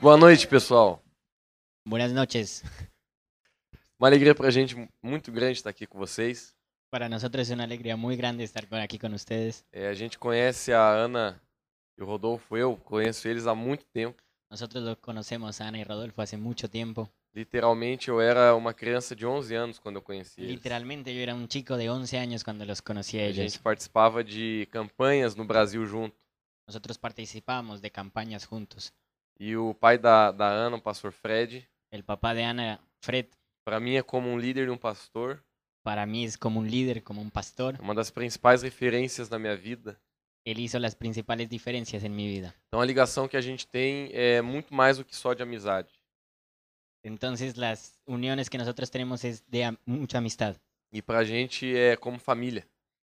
Boa noite, pessoal. Buenas noches. Uma alegria pra gente mu- muito grande estar aqui com vocês. Para nosotros es una alegría muy grande estar por aquí con ustedes. É, a gente conhece a Ana e o Rodolfo, eu conheço eles há muito tempo. Nosotros los conocemos a Ana y Rodolfo hace mucho tiempo. Literalmente, eu era uma criança de 11 anos quando eu conheci eles. Literalmente yo era un chico de 11 años cuando los conocí a A gente ellos. participava de campanhas no Brasil junto. Nosotros participábamos de campañas juntos. E o pai da, da Ana, o pastor Fred, El papá de Ana, Fred, para mim é como um líder e um pastor, para mí es como un líder, como un é pastor. uma das principais referências na minha vida. Él hizo las principales diferencias en mi vida. Então a ligação que a gente tem é muito mais do que só de amizade. Entonces las uniones que nosotros tenemos es de am- mucha amistad. E pra gente é como família.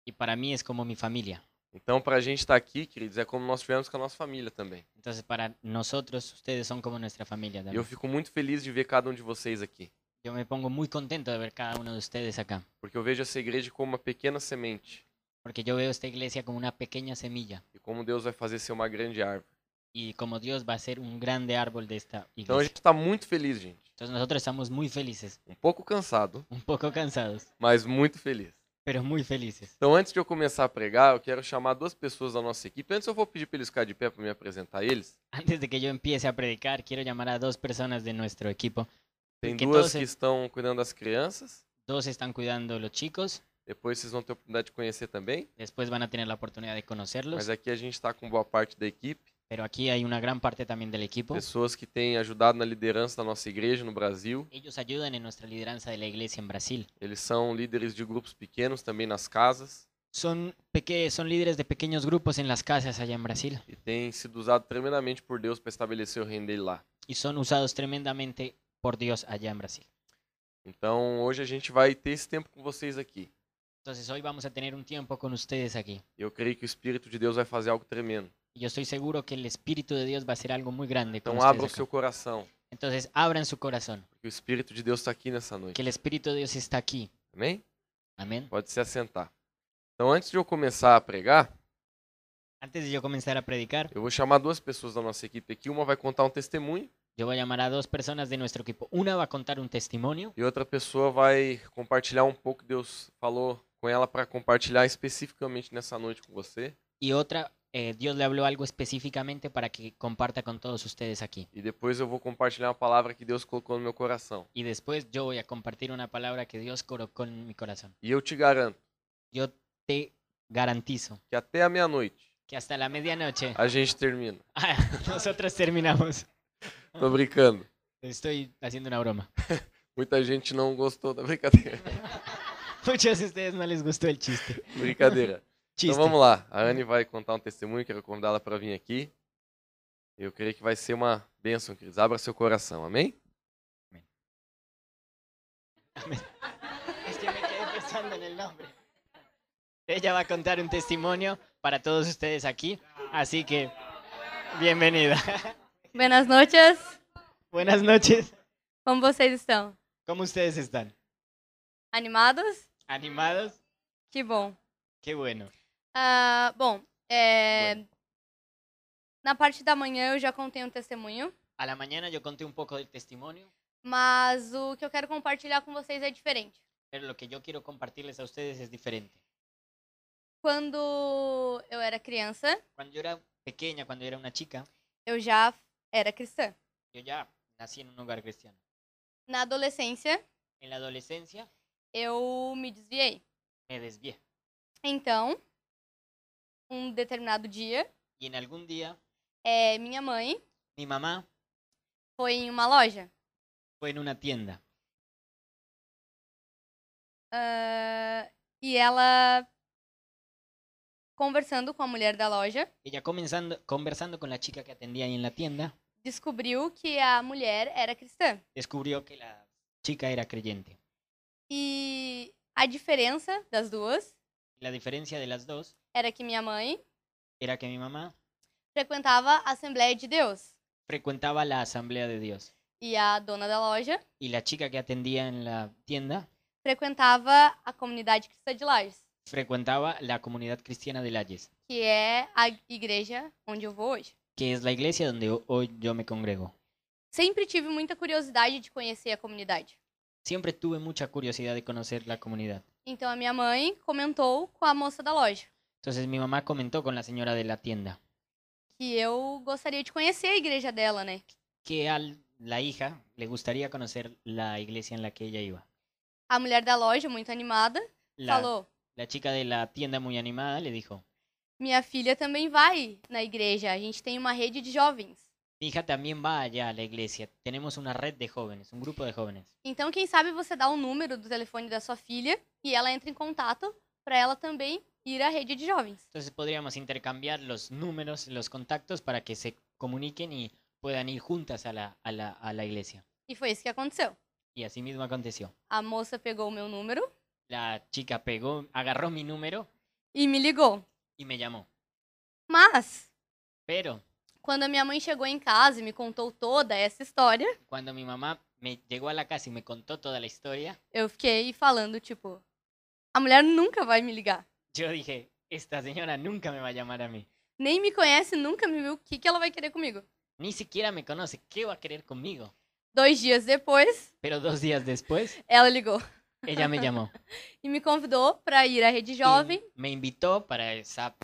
Y para mí es como mi familia. Então, pra gente estar aqui, queridos, é como nós tivemos com a nossa família também. Entonces para nosotros ustedes son como nuestra familia. E eu también. fico muito feliz de ver cada um de vocês aqui. Yo me pongo muy contento de ver cada uno de ustedes acá. Porque eu vejo essa igreja como uma pequena semente. Porque yo veo esta iglesia como una pequeña semilla. E como Deus vai fazer ser uma grande árvore. Y como Dios va a ser un grande árbol de esta Então, a iglesia. gente tá muito feliz, gente. Entonces nosotros estamos muy felices. Um pouco cansado, Un poco cansados, mas muito feliz. pero muy felices. Então, antes de eu começar a pregar, eu quero chamar duas pessoas da nossa equipe. Antes, eu vou pedir para eles ficarem de pé para me apresentar eles. Antes de que yo empiece a predicar, quiero llamar a dos personas de nuestro equipo. Tem Que duas doce. que estão cuidando das crianças. Dos están cuidando los chicos. Depois, vocês vão ter a oportunidade de conhecer também. Después van a tener la oportunidad de conocerlos. Mas aqui a gente está com boa parte da equipe. Pero aquí hay una gran parte también del equipo. Pessoas que têm ajudado na liderança da nossa igreja no Brasil. Ellos ayudan en nuestra lideranza de la iglesia en Brasil. Eles são líderes de grupos pequenos também nas casas Son, peque- son líderes de pequeños grupos en las casas allá en Brasil. e têm sido usados tremendamente por Deus para estabelecer o reino dele lá. y son usados tremendamente por Dios allá en Brasil. Então hoje a gente vai ter esse tempo com vocês aqui. Entonces hoy vamos a tener un tiempo con ustedes aquí. Eu creio que o Espírito de Deus vai fazer algo tremendo. Y Yo estoy seguro que el Espíritu de Dios va a hacer algo muy grande con Então ustedes abra o acá. seu coração, Entonces abran su corazón, porque o Espírito de Deus está aqui nessa noite. que el Espíritu de Dios está aquí. Amém? Amén. Pode se assentar. Então antes de eu começar a pregar, Antes de yo comenzar a predicar, eu vou chamar duas pessoas da nossa equipe aqui. Uma vai contar um testemunho yo voy a llamar a dos personas de nuestro equipo. Una va a contar un testimonio e outra pessoa vai compartilhar um pouco que Deus falou com ela para compartilhar especificamente nessa noite com você. y otra, eh, Dios le habló algo específicamente para que comparta con todos ustedes aquí. E depois eu vou compartilhar uma palavra que Deus colocou no meu coração. Y después yo voy a compartir una palabra que Dios colocó en mi corazón. E eu te garanto Yo te garantizo que até a meia-noite que hasta la medianoche a gente termina. Ah, nosotros terminamos. Tô brincando. Estoy haciendo una broma. Muita gente não gostou da brincadeira. Muchos de ustedes no les gustó el chiste. brincadeira. Chiste. Então vamos lá. A Anne vai contar um testemunho, quero convidá-la para vir aqui. Eu creio que vai ser uma bênção, queridos. Abra seu coração, amém? Es que me quedé pensando en el nombre. Ella va a contar un testimonio para todos ustedes aquí, así que bienvenida. Buenas noches, Buenas noches. como vocês estão? ¿Cómo ustedes están? Animados? ¿Animados? Que bom. Qué bueno. Ah, bom, é, na parte da manhã eu já contei um testemunho, A la mañana yo conté un poco del testimonio, mas o que eu quero compartilhar com vocês é diferente. pero lo que yo quiero compartirles a ustedes es diferente. Quando eu era criança, Cuando yo era pequeña, cuando yo era una chica, eu já era cristã. yo ya nací en un hogar cristiano. Na adolescência, En la adolescencia eu me desviei. me desvié. Então, um determinado dia, Y en algún día, é, minha mãe mi mamá foi em uma loja. fue en una tienda ah, e ela, conversando com a mulher da loja, Ella comenzando, conversando con la chica que atendía ahí en la tienda, descobriu que a mulher era cristã. descubrió que la chica era creyente. E a diferença das duas La diferencia de las dos era que minha mãe era que mi mamá frequentava a Assembleia de Deus frecuentaba la asamblea de Dios e a dona da loja y la chica que atendía en la tienda frequentava a comunidade cristã de Lages, frecuentaba la comunidad cristiana de Lalles, que é a igreja onde eu vou hoje. que es la iglesia donde ho- hoy yo me congrego. sempre tive muita curiosidade de conhecer a comunidade. Siempre tuve mucha curiosidad de conocer la comunidad. Então a minha mãe comentou com a moça da loja Entonces mi mamá comentó con la señora de la tienda que eu gostaria de conhecer a igreja dela, né? que a la hija le gustaría conocer la iglesia en la que ella iba. A mulher da loja, muito animada, La, falou: la chica de la tienda muy animada le dijo, Minha filha também vai na igreja. A gente tem uma rede de jovens. mi hija también va allá a la iglesia, tenemos una red de jóvenes, un grupo de jóvenes. Então, quem sabe você dá o número do telefone da sua filha e ela entra em contato para ela também ir à rede de jovens. Entonces podríamos intercambiar los números, los contactos para que se comuniquen y puedan ir juntas a la, a la, a la iglesia. E foi isso que aconteceu. Y así mismo aconteció. A moça pegou o meu número La chica pegó, agarró mi número e me ligou. y me llamó. Mas, Pero quando a minha mãe chegou em casa e me contou toda essa história, cuando mi mamá me llegó a la casa y me contó toda la historia, eu fiquei falando, tipo, a mulher nunca vai me ligar. yo dije, esta señora nunca me va a llamar a mim. Nem me conhece, nunca me viu. O que, que ela vai querer comigo? Ni siquiera me conoce. ¿Qué va a querer conmigo? Dois dias depois, Pero dos días después, ela ligou ella me llamó. e me convidou para ir à rede y jovem eh, me invitó para, esa-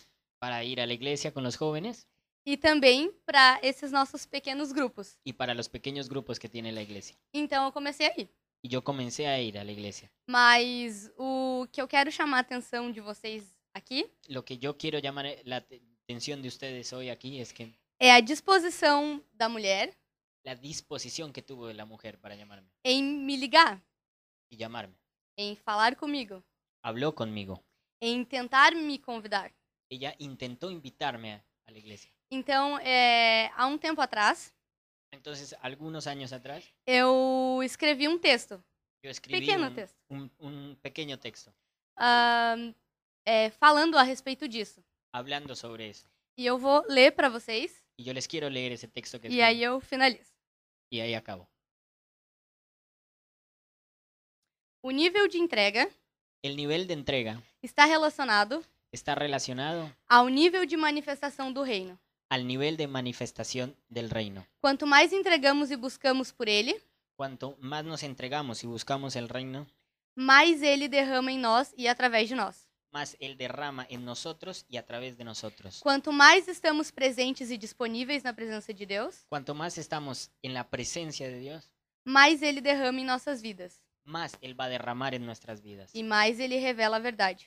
para ir a la iglesia con los jóvenes e também para esses nossos pequenos grupos. y para los pequeños grupos que tiene la iglesia. Então eu comecei a ir. Y yo comencé a ir a la iglesia. Mas o que eu quero chamar a atenção de vocês aqui Lo que yo quiero llamar eh, la te- atención de ustedes hoy aquí es que é a disposição da mulher la disposición que tuvo la mujer para llamarme em me ligar, y llamarme. em falar comigo, Habló conmigo. em tentar me convidar. Ella intentó invitarme a, a la iglesia. Então, é, há um tempo atrás, Entonces, algunos años atrás, eu escrevi um texto, yo escribí pequeno un- texto, un- un pequeño texto ah, é, falando a respeito disso. hablando sobre eso. E eu vou ler para vocês Y yo les quiero leer ese texto que e aí escribí. eu finalizo. Y ahí acabo. O nível de entrega El nivel de entrega está relacionado está relacionado ao nível de manifestação do reino. al nivel de manifestación del reino. Quanto mais entregamos e buscamos por ele, Cuanto más nos entregamos y buscamos el reino, mais ele derrama em nós e através de nós. más Él derrama en nosotros y a través de nosotros. Quanto mais estamos presentes e disponíveis na presença de Deus, Cuanto más estamos en la presencia de Dios, mais ele derrama em nossas vidas más Él va a derramar en nuestras vidas e mais ele revela a verdade.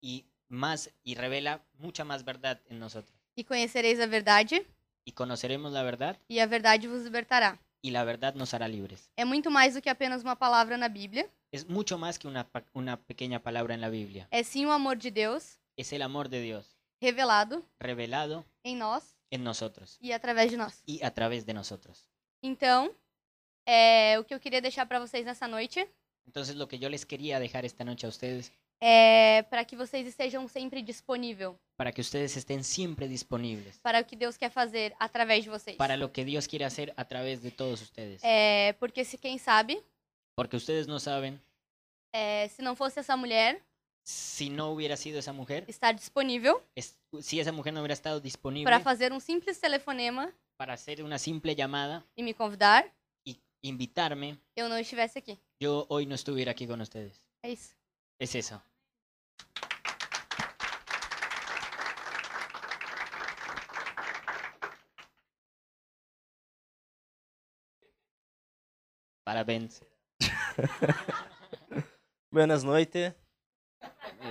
y más y revela mucha más verdad en nosotros. E conhecereis a verdade, Y conoceremos la verdad e a verdade vos libertará. y la verdad nos hará libres. É muito mais do que apenas uma palavra na Bíblia, Es mucho más que una, pa- una pequeña palabra en la Biblia. é sim o amor de Deus Es el amor de Dios revelado revelado em nós en nosotros e através de nós. y a través de nosotros. Então, é, o que eu queria deixar para vocês nessa noite Entonces lo que yo les quería dejar esta noche a ustedes é para que vocês estejam sempre disponível para que ustedes estén siempre disponibles para o que Deus quer fazer através de vocês. para lo que Dios quiere hacer a través de todos ustedes. É, porque se quem sabe, Porque ustedes no saben, é, se não fosse essa mulher si no hubiera sido esa mujer, estar disponível es- si esa mujer no hubiera estado disponible para fazer um simples telefonema para hacer una simple llamada e me convidar, y invitarme, eu não estivesse aqui. yo hoy no estuviera aquí con ustedes. É isso. Es eso. Parabéns. Buenas noites.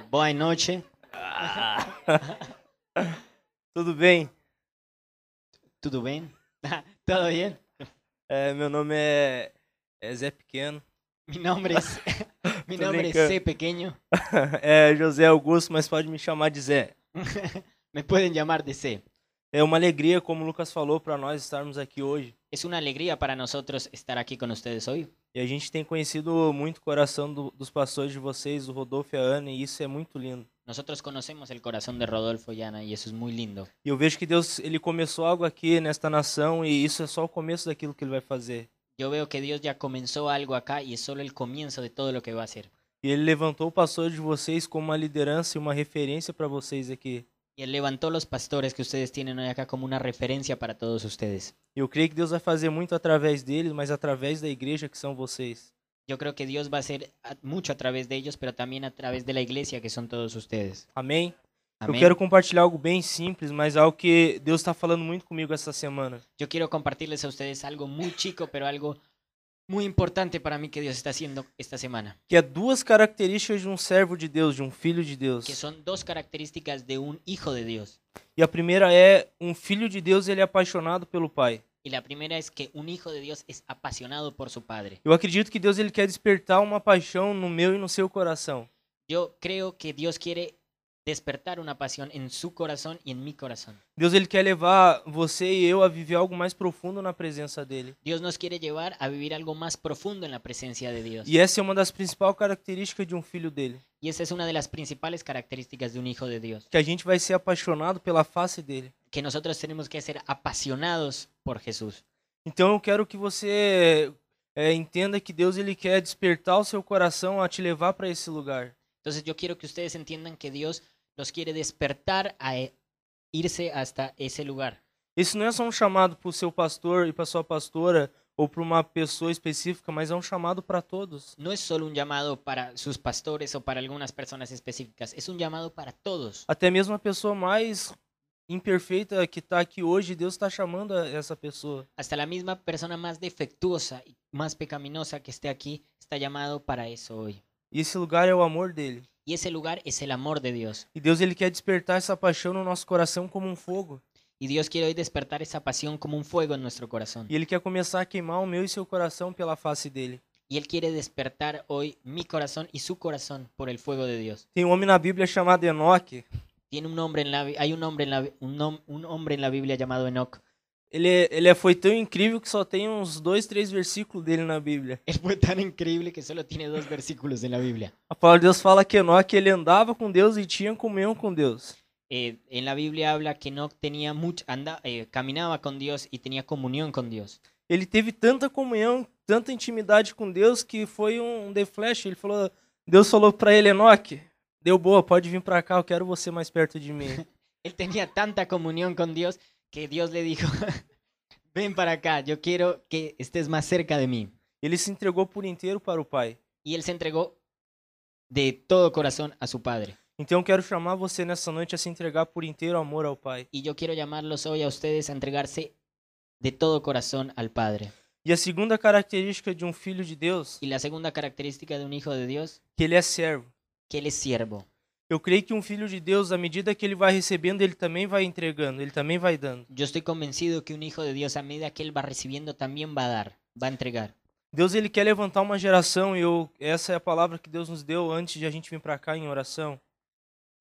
Boa noite. Tudo bem? Tudo bem? Tudo bem? É, meu nome é, é Zé Pequeno. Mi nombre es, mi Tô nombre es brincando. C pequeño. é José Augusto, mas pode me chamar de Zé. Me pueden llamar de C. É uma alegria, como o Lucas falou, para nós estarmos aqui hoje. Es una alegría para nosotros estar aquí con ustedes hoy. E a gente tem conhecido muito o coração do- dos pastores de vocês, o Rodolfo e a Ana, e isso é muito lindo. Nosotros conocemos el corazón de Rodolfo y Ana y eso es muy lindo. E eu vejo que Deus ele começou algo aqui nesta nação, e isso é só o começo daquilo que ele vai fazer. Yo veo que Dios ya comenzó algo acá y es solo el comienzo de todo lo que va a hacer. E ele levantou o pastor de vocês como uma liderança e uma referência para vocês aqui. y Él levantó los pastores que ustedes tienen hoy acá como una referencia para todos ustedes. E eu creio que Deus vai fazer muito através deles, mas através da igreja que são vocês. Yo creo que Dios va a hacer a- mucho a través de ellos, pero también a través de la iglesia que son todos ustedes. Amém? Amén. Eu quero compartilhar algo bem simples, mas algo que Deus está falando muito comigo essa semana. Yo quiero compartirles a ustedes algo muy chico, pero algo muy importante para mí que Dios está haciendo esta semana, Que é duas características de um servo de Deus, de um filho de Deus. que son dos características de un hijo de Dios. E a primeira é um filho de Deus, ele é apaixonado pelo pai. Y la primera es que un hijo de Dios es apasionado por su padre. Eu acredito que Deus ele quer despertar uma paixão no meu e no seu coração. Yo creo que Dios quiere despertar una pasión en su corazón y en mi corazón. Deus ele quer levar você e eu a viver algo mais profundo na presença dele. Dios nos quiere llevar a vivir algo más profundo en la presencia de Dios. E essa é uma das principais características de um filho dele, Y esa es una de las principales características de un hijo de Dios, que a gente vai ser apaixonado pela face dele. que nosotros tenemos que ser apasionados por Jesús. Então eu quero que você é, entenda que Deus ele quer despertar o seu coração a te levar para esse lugar. Entonces yo quiero que ustedes entiendan que Dios los quiere despertar a eh, irse hasta ese lugar. Esse não é só um chamado para o seu pastor e para sua pastora ou para uma pessoa específica, mas é um chamado para todos. No es solo un llamado para sus pastores o para algunas personas específicas, es un llamado para todos. Até mesmo a pessoa mais imperfeita que está aqui hoje, Deus está chamando a- essa pessoa. Hasta la misma persona más defectuosa y más pecaminosa que esté aquí está llamado para eso hoy. E esse lugar é o amor dele. Y ese lugar es el amor de Dios. E Deus ele quer despertar essa paixão no nosso coração como um fogo. Y Dios quiere hoy despertar essa pasión como un fuego en nuestro corazón. E ele quer começar a queimar o meu e seu coração pela face dele. Y Él quiere despertar hoy mi corazón y su corazón por el fuego de Dios. Tem um homem na Bíblia chamado Enoque. Tiene un hombre en la, bi- hay un hombre en la, bi- un, nom- un hombre en la Biblia llamado Enoch. Ele, é- ele é- foi tão incrível que só tem uns dois, três versículos dele na Bíblia. Él fue tan increíble que solo tiene dos versículos en la Biblia. A palavra de Deus fala que Enoque ele andava com Deus e tinha comunhão com Deus. Eh, en la Biblia habla que Enoch tenía much- anda, eh, caminaba con Dios y tenía comunión con Dios. Ele teve tanta comunhão, tanta intimidade com Deus que foi um, um the flash. Ele falou, Deus falou pra ele, Enoque, deu boa, pode vir pra cá, eu quero você mais perto de mim. Él tenía tanta comunión con Dios que Dios le dijo, ven para acá, yo quiero que estés más cerca de mí. ele se entregou por inteiro para o Pai. Y él se entregó de todo corazón a su padre. Então eu quero chamar você nessa noite a se entregar por inteiro amor ao Pai. Y yo quiero llamarlos hoy a ustedes a entregarse de todo corazón al Padre. E a segunda característica de um filho de Deus, Y la segunda característica de un hijo de Dios, que ele é servo. que él es siervo. Eu creio que um filho de Deus, à medida que ele vai recebendo, ele também vai entregando, ele também vai dando. Yo estoy convencido que un hijo de Dios a medida que él va recibiendo también va a dar, va a entregar. Deus ele quer levantar uma geração e eu essa é a palavra que Deus nos deu antes de a gente vir para cá em oração.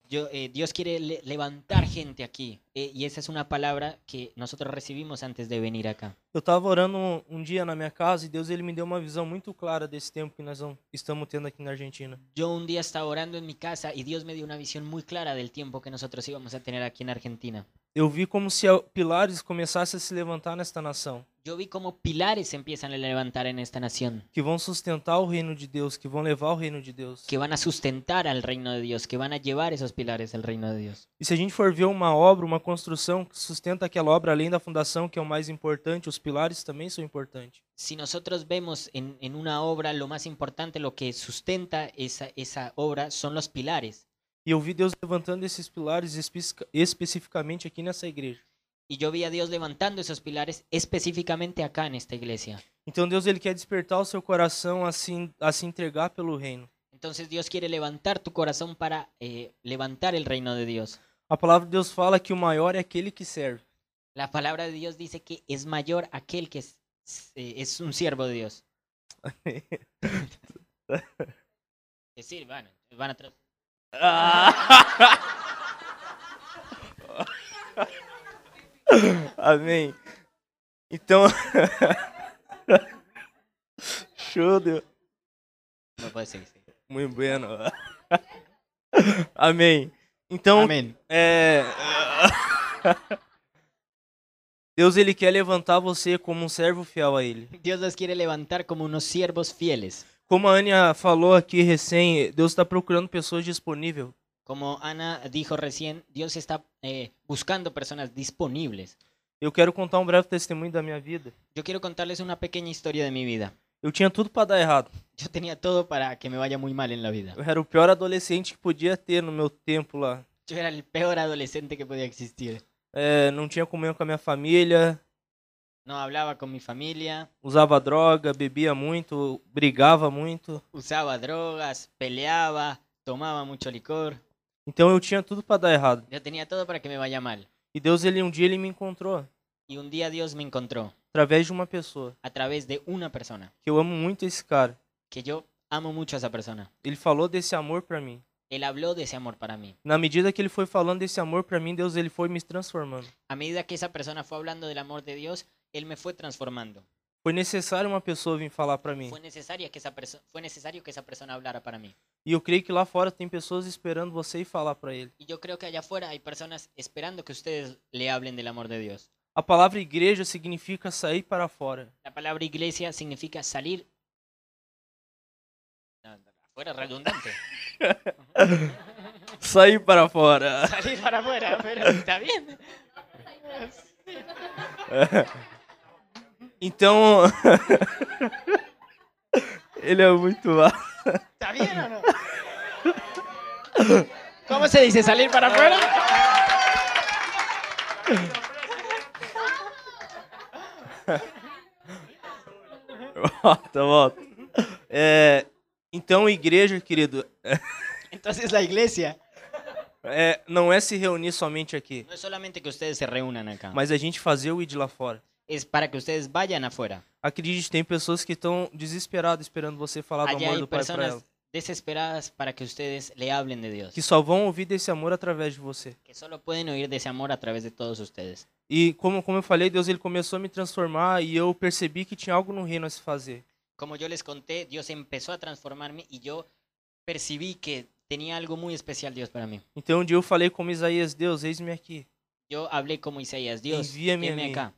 Yo, eh, Dios quiere le- levantar gente aquí. eh, y esa es una palabra que nosotros recibimos antes de venir acá. Eu estava orando um, um dia na minha casa e Deus ele me deu uma visão muito clara desse tempo que nós vamos- estamos tendo aqui na Argentina. Yo un día estaba orando en mi casa y Dios me dio una visión muy clara del tiempo que nosotros íbamos a tener aquí en Argentina. Eu vi como se a- pilares começassem a se levantar nesta nação, Yo vi cómo pilares se empiezan a levantar en esta nación. que vão sustentar o reino de Deus, que vão levar o reino de Deus. que van a sustentar al reino de Dios, que van a llevar esos pilares del reino de Dios. E se a gente for ver uma obra, uma construção que sustenta aquela obra além da fundação, que é o mais importante, os pilares também são importantes. Si nosotros vemos en, en una obra lo más importante, lo que sustenta esa, esa obra son los pilares. E eu vi Deus levantando esses pilares especi- especificamente aqui nessa igreja. Y yo vi a Dios levantando esos pilares específicamente acá en esta iglesia. Então Deus ele quer despertar o seu coração a se, en- a se entregar pelo reino. Entonces Dios quiere levantar tu corazón para eh, levantar el reino de Dios. A palavra de Deus fala que o maior é aquele que serve. La palabra de Dios dice que es mayor aquel que es, eh, es un siervo de Dios. Es decir, van, van atrás. Amém. Então. Show, Deus. No puede ser. sí. Muito bueno. Amém. Então, Amén. É. Deus ele quer levantar você como um servo fiel a ele. Dios los quiere levantar como unos siervos fieles. Como a Ania falou aqui recém, Deus está procurando tá pessoas disponíveis. Como Ana dijo recién, Dios está eh, buscando personas disponibles. Eu quero contar um breve testemunho da minha vida. Yo quiero contarles una pequeña historia de mi vida. Eu tinha tudo pra dar errado. Yo tenía todo para que me vaya muy mal en la vida. Eu era o pior adolescente que podia ter no meu tempo lá. Yo era el peor adolescente que podía existir. É, não tinha comunhão com a minha família, No hablaba con mi familia, usava droga, bebia muito, brigava muito. usaba drogas, peleaba, tomaba mucho licor. Então eu tinha tudo pra dar errado. Yo tenía todo para que me vaya mal. E Deus, ele um dia ele me encontrou Y un día Dios me encontró através de uma pessoa a través de una persona, que eu amo muito esse cara. que yo amo mucho a essa persona. Ele falou desse amor pra mim. Él habló de ese amor para mí. Na medida que ele foi falando desse amor pra mim, Deus ele foi me transformando. A medida que esa persona fue hablando del amor de Dios, Él me fue transformando. Foi necessário uma pessoa vir falar pra mim. Fue, necesaria que esa perso- fue necesario que esa persona hablara para mí. E eu creio que lá fora tem pessoas esperando você ir falar pra ele. Y yo creo que allá afuera hay personas esperando que ustedes le hablen del amor de Dios. A palavra igreja significa sair para fora. La palabra iglesia significa salir. No, no, Afuera es redundante. Sair para fora. salir para afuera, pero está bien. Então. ele é muito. ¿Está bien o no? ¿Cómo se dice salir para afuera? volta, volta. É, então, igreja, querido, Entonces la iglesia é, não é se reunir somente aqui, no es solamente que ustedes se reúnan acá, mas a gente fazer o ID lá fora. es para que ustedes vayan afuera. Acredite, tem pessoas que estão desesperadas esperando você falar do Allá amor hay do Pai para ela. personas desesperadas para que ustedes le hablen de Dios, Que só vão ouvir desse amor através de você. que solo pueden oír de ese amor a través de todos ustedes. E como, como eu falei, Deus ele começou a me transformar e eu percebi que tinha algo no reino a se fazer. Como yo les conté, Dios empezó a transformarme y yo percibí que tenía algo muy especial Dios para mí. Então um dia eu falei como Isaías, Deus, eis-me aqui. Yo hablé como Isaías, Dios, Envíame a heme mí. acá,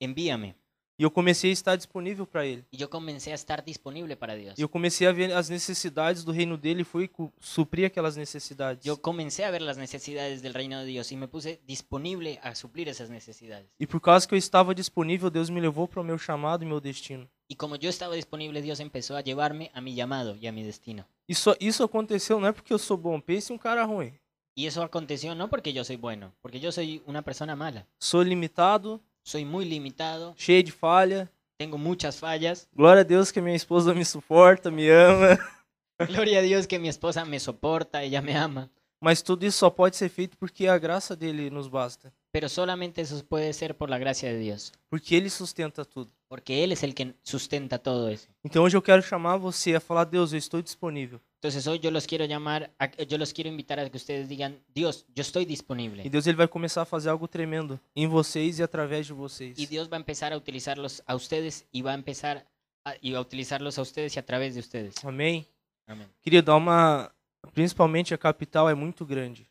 envíame. E eu comecei a estar disponível para ele. Y yo comencé a estar disponible para Dios. E eu comecei a ver as necessidades do reino dele e fui cu- suprir aquelas necessidades. Yo comencé a ver las necesidades del reino de Dios y me puse disponible a suplir esas necesidades. E por causa que eu estava disponível, Deus me levou para o meu chamado e meu destino. Y como yo estaba disponible, Dios empezó a llevarme a mi llamado y a mi destino. Isso, isso aconteceu não é porque eu sou bom, pense em um cara ruim. Y eso aconteció no porque yo soy bueno, porque yo soy una persona mala. Sou limitado, Soy muy limitado, cheio de falha. tengo muchas fallas. Glória a Deus que a minha esposa me suporta, me ama. Gloria a Dios que mi esposa me soporta, ella me ama. Mas tudo isso só pode ser feito porque a graça dele nos basta. Pero solamente eso puede ser por la gracia de Dios, Porque ele sustenta tudo. porque Él es el que sustenta todo eso. Então hoje eu quero chamar você a falar: Deus, eu estou disponível. Entonces hoy yo los quiero llamar, a- yo los quiero invitar a que ustedes digan, Dios, yo estoy E disponible. Deus ele vai começar a fazer algo tremendo em vocês e através de vocês. Y Dios va a empezar a utilizarlos a ustedes y va a empezar a, y va a utilizarlos a ustedes y a través de ustedes. Amém? Amén. Querido, há uma. Principalmente a capital é muito grande.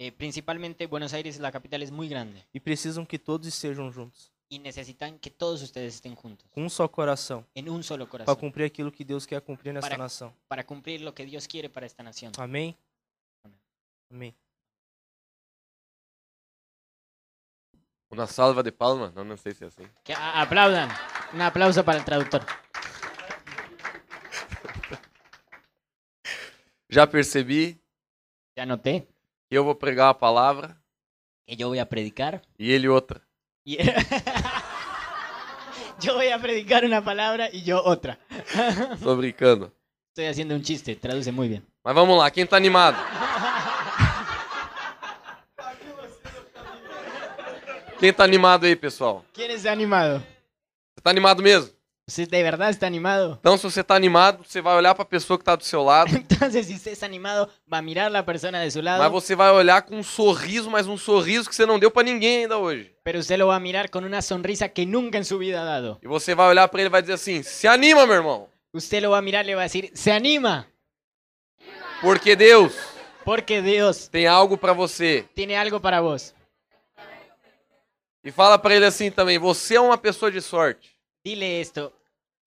Eh, principalmente Buenos Aires, la capital, es muy grande E precisam que todos estejam juntos. y necesitan que todos ustedes estén juntos, Com um só coração. en un solo Para corazón, cumprir aquilo que Deus quer cumprir nessa Para- nação. para cumplir lo que Dios quiere para esta nación. Amém? Amém. Uma salva de palma? Não, não sei se é assim. Que a- aplaudan. Un aplauso para el traductor. Já percebi Ya noté que eu vou pregar uma palavra que yo voy a predicar. e ele outra. y- yo voy a predicar una palabra y yo otra. Tô brincando. Estoy haciendo un chiste, traduce muy bien. Mas vamos lá, quem tá animado? Quem tá animado aí, pessoal? ¿Quién está animado? Você tá animado mesmo? ¿Usted de verdad está animado? Então, se você tá animado, você vai olhar pra pessoa que tá do seu lado, Entonces, si usted está animado, va a mirar la persona de su mas lado, você vai olhar com um sorriso, mas um sorriso que você não deu pra ninguém ainda hoje. pero usted lo va a mirar con una sonrisa que nunca en su vida ha dado. E você vai olhar pra ele e vai dizer assim: "Se anima, meu irmão, Usted lo va a mirar y le va a decir, se anima, porque Deus porque Dios tem algo pra você". tiene algo para vos. E fala pra ele assim também: "Você é uma pessoa de sorte. Dile esto,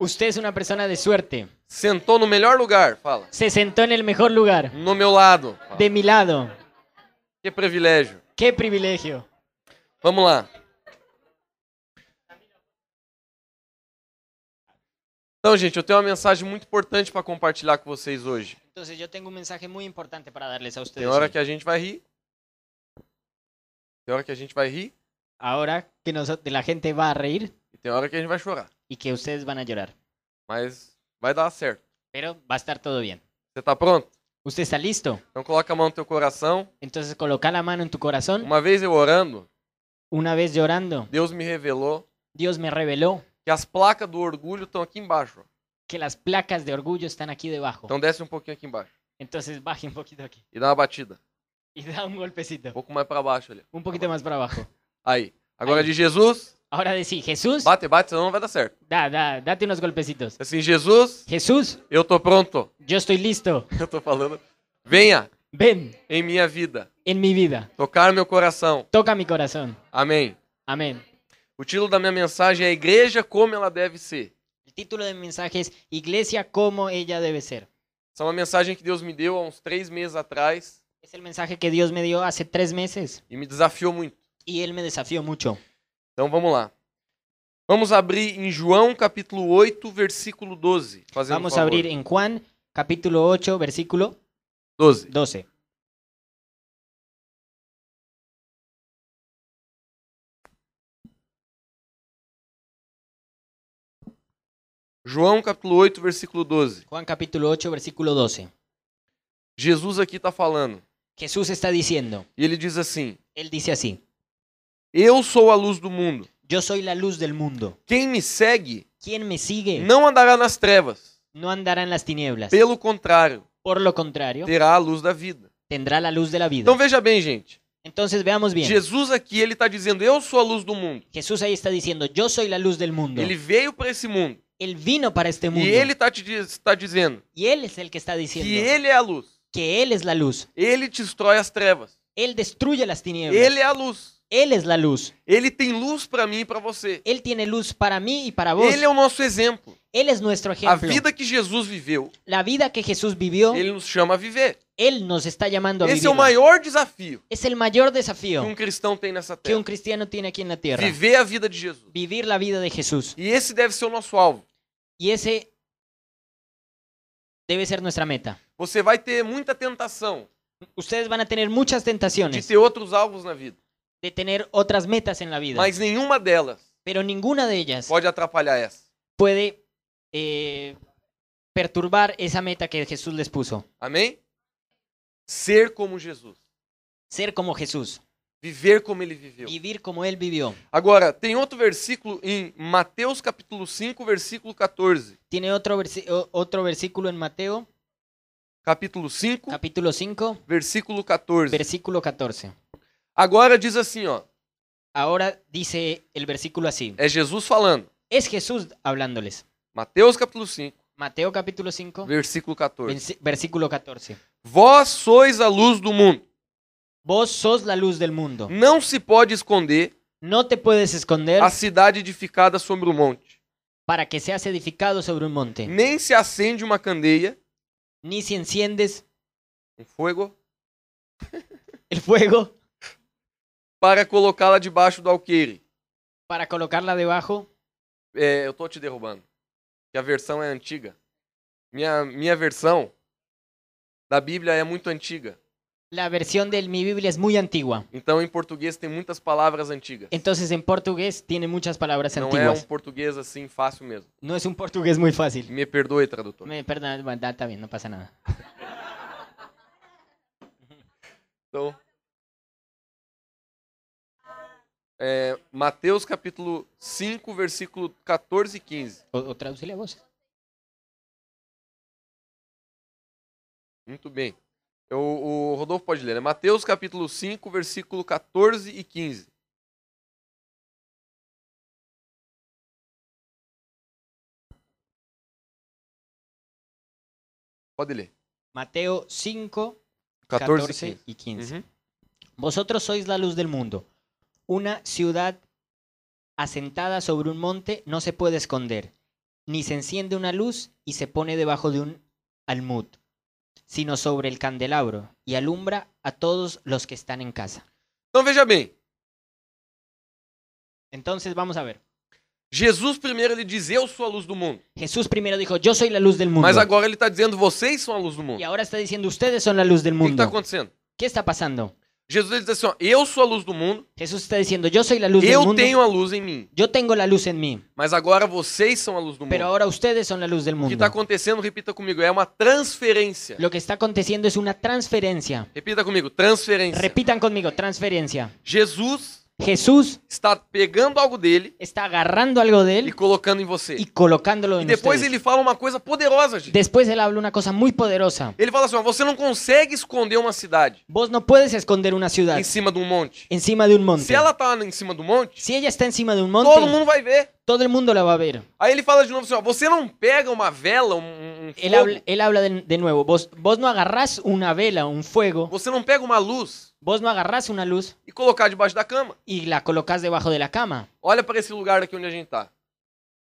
Usted es una persona de suerte. Sentou no melhor lugar, fala. Se sentó en el mejor lugar. No meu lado. fala. De mi lado. Que privilégio. Qué privilegio. Vamos lá. Então, gente, eu tenho uma mensagem muito importante para compartilhar com vocês hoje. Entonces yo tengo un mensaje muy importante para darles a ustedes. Tem hora hoy. que a gente vai rir. Tem hora que a gente vai rir Ahora que noso- la gente va a reír e tem hora que a gente vai chorar. y que ustedes van a llorar. Mas vai dar certo. Pero va a estar todo bien. Você tá pronto? ¿Usted está listo? Então coloca a mão no teu coração. Entonces coloca la mano en tu corazón. Uma vez eu orando, Una vez llorando, Deus me revelou Dios me reveló que as placas do orgulho estão aqui embaixo. ó. que las placas de orgullo están aquí debajo. Então desce um pouquinho aqui embaixo Entonces baje un poquito aquí e dá uma batida. y da un golpecito. Um pouco Um mais para baixo ali. Un poquito más para abajo. Aí. Agora de Jesus, Ahora decí, Jesús, bate, bate, senão não vai dar certo. da, da, date unos golpecitos. Assim, Jesus, Jesús, eu tô pronto. yo estoy listo. Eu tô falando. Venha Ven em minha vida en mi vida. tocar meu coração. Toca mi corazón. Amém. Amén. O título da minha mensagem é A Igreja como ela deve ser. El título del mensaje es Iglesia como ella debe ser. Essa é uma mensagem que Deus me deu há uns três meses atrás Es el mensaje que Dios me dio hace tres meses e me desafiou muito. y Él me desafió mucho. Então vamos lá. Vamos abrir em João capítulo 8, versículo 12. Fazendo um Vamos a favor. abrir en Juan capítulo 8, versículo 12. 12. João capítulo 8, versículo 12. Juan capítulo 8, versículo 12. Jesus aqui está falando. Jesús está diciendo, E ele diz assim: Él dice así, Eu sou a luz do mundo. yo soy la luz del mundo. Quem me segue Quien me sigue não andará nas trevas. no andará en las tinieblas. Pelo contrário, Por lo contrario, terá a luz da vida. tendrá la luz de la vida. Então veja bem, gente. Entonces veamos bien. Jesus aqui ele está dizendo: Eu sou a luz do mundo. Jesús ahí está diciendo, yo soy la luz del mundo. Ele veio para esse mundo. Él vino para este mundo. E ele está te diz- tá dizendo Y Él es el que está que diciendo ele é a luz. que Él es la luz. Ele te destrói as trevas. Él destruye las tinieblas. Ele é a luz. Él es la luz. Ele tem luz para mim e para você. Él tiene luz para mí y para vos. Ele é o nosso exemplo. Él es nuestro A ejemplo. vida que Jesus viveu, La vida que Jesús vivió, ele nos chama a viver. Él nos está llamando a Esse é o vivir. maior desafio Es el mayor que desafío um cristão tem nessa Então. que um un terra. cristiano tiene aquí en la tierra. Viver a vida de Jesus. Vivir la vida de Jesús. E esse deve ser o nosso alvo. Y ese debe ser nuestra meta. Você vai ter muita tentação Ustedes van a tener muchas de tentaciones ter outros alvos na vida, de tener otras metas en la vida, mas nenhuma delas pero ninguna de ellas pode atrapalhar essa. puede eh, perturbar esa meta que Jesús les puso. Amém? Ser como Jesus. Ser como Jesús, Viver como ele viveu. vivir como Él vivió. Agora, tem outro versículo em Mateus capítulo 5, versículo 14. Tiene otro, versi- o- otro versículo en Mateo, Capítulo 5, capítulo 5, versículo 14. versículo 14. Agora diz assim, ó. Ahora dice el versículo así. É Jesus falando. Es Jesús hablándoles. Mateus capítulo 5, Mateo capítulo 5, versículo 14. venci- versículo 14. Vós sois a luz do mundo. Vos sos la luz del mundo. Não se pode esconder No te puedes esconder a cidade edificada sobre o monte. para que seas edificado sobre un monte, Nem se acende uma candeia, ni si enciendes um fogo, el fuego para colocá-la debaixo do alqueire. para colocarla debajo. É, eu tô te derrubando. Que a versão é antiga. Minha, minha versão da Bíblia é muito antiga. La versión de mi Biblia es muy antigua. Então, em português, tem muchas palabras antigas. Entonces en português tiene muchas palabras Não é um antiguas. português assim fácil mesmo. No es un portugués muy fácil. Me perdoe, tradutor. Me, perdón, bueno, está bien, no pasa nada. Então, é, Mateus capítulo 5, versículo 14 e 15. O, o traducile vos. Muito bem. Eu- o Rodolfo pode ler, né? Mateus capítulo 5, versículo 14 e 15. Pode ler. Mateo 5, 14, 14 e 15. y 15. Uhum. Vosotros sois la luz del mundo. Una ciudad asentada sobre un monte no se puede esconder, ni se enciende una luz y se pone debajo de un almud, sino sobre el candelabro y alumbra a todos los que están en casa. Então veja bem, Entonces vamos a ver. Jesus primeiro ele diz eu sou a luz do mundo, Jesús primero dijo, yo soy la luz del mundo. mas agora ele está dizendo vocês são a luz do mundo. Y ahora está diciendo, ustedes son la luz del O que está mundo. acontecendo? ¿Qué está pasando? Jesus ele diz assim, ó, eu sou a luz do mundo, Jesús está diciendo, yo soy la luz del eu mundo. tenho a luz em mim, Yo tengo la luz en mí, mas agora vocês são a luz do mundo. pero ahora ustedes son la luz del O que está mundo. acontecendo, repita comigo, é uma transferência. Lo que está aconteciendo es una transferencia. Repita comigo, transferência. Repitan conmigo, transferencia. Jesus Jesús está pegando algo dele está agarrando algo de e él colocando em você. y colocándolo E en depois ustedes. ele fala uma coisa poderosa, gente. Después él habla una cosa muy poderosa. Ele fala assim: ó, você não consegue esconder uma cidade Vos no puedes esconder una ciudad em cima de um monte. encima de un monte. Se ela tá em cima do monte, Si ella está encima de un todo monte, mundo vai ver. todo el mundo la va a ver. Aí ele fala de novo assim: ó, você não pega uma vela, um, um Él habla, fogo, él habla de, de nuevo. Vos, vos no agarrás una vela, un fuego. você não pega uma luz Vos no agarrás una luz e colocar debaixo da cama. y la colocas debajo de la cama. Olha para esse lugar aqui onde a gente tá.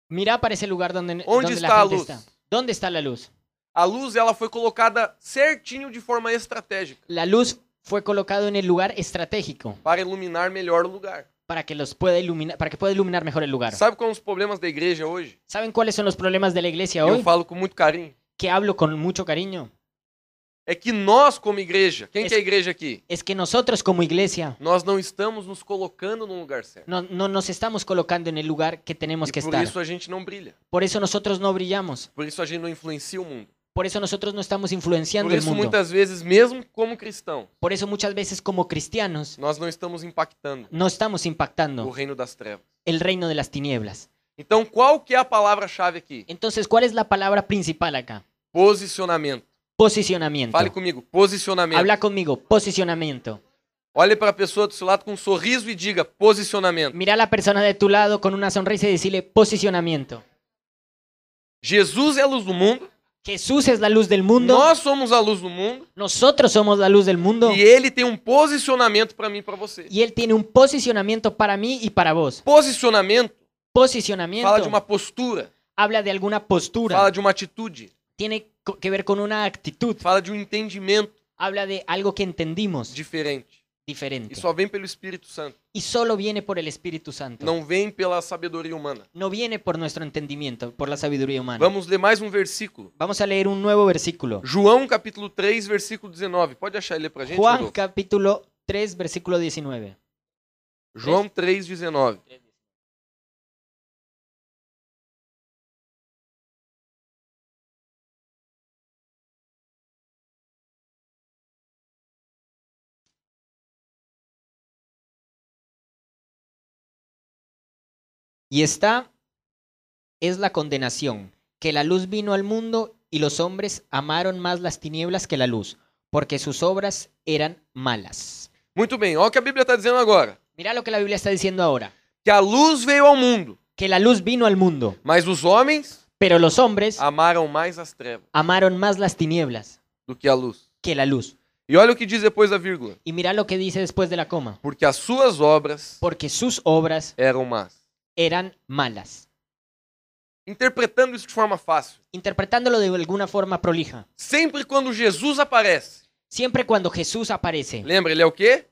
Mirá para ese lugar donde, donde está a la gente luz? está. ¿Dónde está la luz? A luz ela foi colocada certinho de forma estratégica La luz fue colocada en el lugar estratégico para iluminar melhor o lugar. para que los pueda iluminar, para que pueda iluminar mejor el lugar. Sabe quais são os problemas da igreja hoje? ¿Saben cuáles son los problemas de la iglesia Eu hoy? falo com muito carinho. Que hablo con mucho cariño. É que nós, como igreja, quem que é a igreja aqui? Es que nosotros como iglesia Nós não estamos nos colocando no lugar certo. no, no nos estamos colocando en el lugar que tenemos que E por estar. isso a gente não brilha. Por eso nosotros no brillamos. Por isso a gente não influencia o mundo. Por eso nosotros no estamos Por influenciando el isso mundo. muitas vezes, mesmo como cristão, Por eso muchas veces como cristianos nós não estamos impactando no estamos o impactando reino das trevas. el reino de las tinieblas. Então, qual que é a palavra-chave aqui? Entonces, ¿cuál es la palabra principal acá? Posicionamento. Posicionamiento. Fale comigo, posicionamento. Então. Habla conmigo, posicionamiento. Olhe para a pessoa do seu lado com um sorriso e diga posicionamento. Mira a la persona de tu lado con una sonrisa y decirle posicionamiento. Jesus é a luz do mundo, Jesús es la luz del mundo, nós somos a luz do mundo nosotros somos la luz del mundo e ele tem um posicionamento para mí e para você. y Él tiene un posicionamiento para mí y para vos. Posicionamento fala de Posicionamiento uma postura, habla de alguna Então. postura, fala de uma atitude, tiene co- que ver con una actitud, fala de um entendimento habla de algo que entendimos diferente. E diferente. só vem pelo Espírito Santo, Y solo viene por el Espíritu Santo. não vem pela sabedoria humana. No viene por nuestro entendimiento, por la sabiduría humana. Vamos ler mais um versículo. Vamos a leer un nuevo versículo. João capítulo 3, versículo 19. Pode achar ele pra gente, Juan Rodolfo? capítulo 3, versículo 19. João 3, 19. Y esta es la condenación, que la luz vino al mundo y los hombres amaron más las tinieblas que la luz, porque sus obras eran malas. Muito bem, olha o que a Bíblia está dizendo agora. Mira lo que la Biblia está diciendo ahora, Que a luz veio ao mundo, que la luz vino al mundo, mas os homens pero los hombres amaram mais as trevas amaron más las tinieblas do que a luz. que la luz. E olha o que diz depois da vírgula. Y mira lo que dice después de la coma, Porque as suas obras porque sus obras eram más. eran malas. Interpretando isso de forma fácil. Interpretándolo de alguna forma prolija, Sempre quando Jesus aparece, siempre cuando Jesús aparece, lembra, ele é o quê?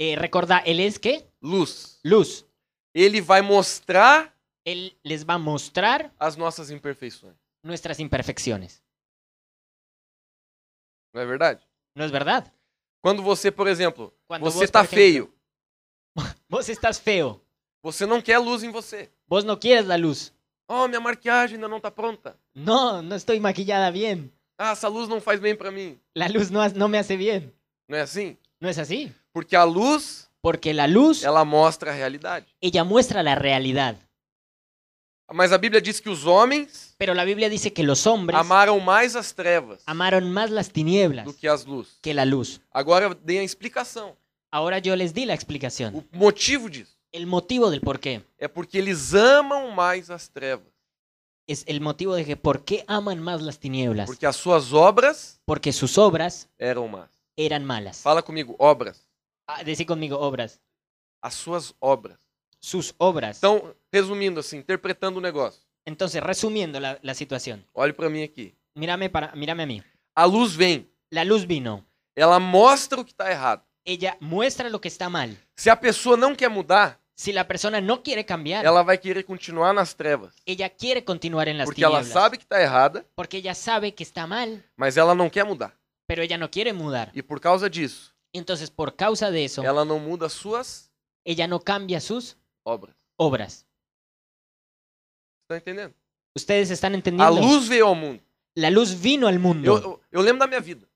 eh, recordá, Él es qué? Luz. Luz. Ele vai mostrar Él les va a mostrar as nossas imperfeições. nuestras imperfecciones. Não é verdade? ¿No es verdad? Quando você, por exemplo, Quando você você, tá por exemplo- feio, Vos estás feo. você não quer luz em você. Vos no quieres la luz. Oh, minha maquiagem ainda não tá pronta. No, no estoy maquillada bien. Ah, essa luz não faz bem pra mim. La luz no, ha- no me hace bien. Não é assim? ¿No es así? Porque a luz, Porque la luz, ela mostra a realidade. ella muestra la realidad. Mas a Bíblia diz que os homens Pero la Biblia dice que los hombres amaram mais as trevas amaron más las tinieblas do que as luzes. que la luz. Agora eu dei a explicação. Ahora yo les di la explicación. O motivo disso El motivo del por quê. é porque eles amam mais as trevas. Es el motivo de que por qué aman más las tinieblas. Porque as suas obras Porque sus obras eram más. eran malas. Fala comigo, obras. Ah, decí conmigo, obras. As suas obras. Sus obras. Então, resumindo assim, interpretando o negócio. Entonces, resumiendo la, la situación, Olhe para mim aqui. mírame, para, mírame a mí. A luz vem, La luz vino, ela mostra o que está errado. ella muestra lo que está mal. Se a pessoa não quer mudar, Si la persona no quiere cambiar, ela vai querer continuar nas trevas. ella quiere continuar en las Porque ela tinieblas, sabe que está errada, porque ella sabe que está mal, mas ela não quer mudar. pero ella no quiere mudar. E por causa disso, Entonces, por causa de eso, ela não muda as suas ella no cambia sus obras. obras. Tá entendendo? ¿Ustedes están A entendiendo? luz veio ao mundo. La luz vino al Eu, mundo. eu, eu lembro da minha vida.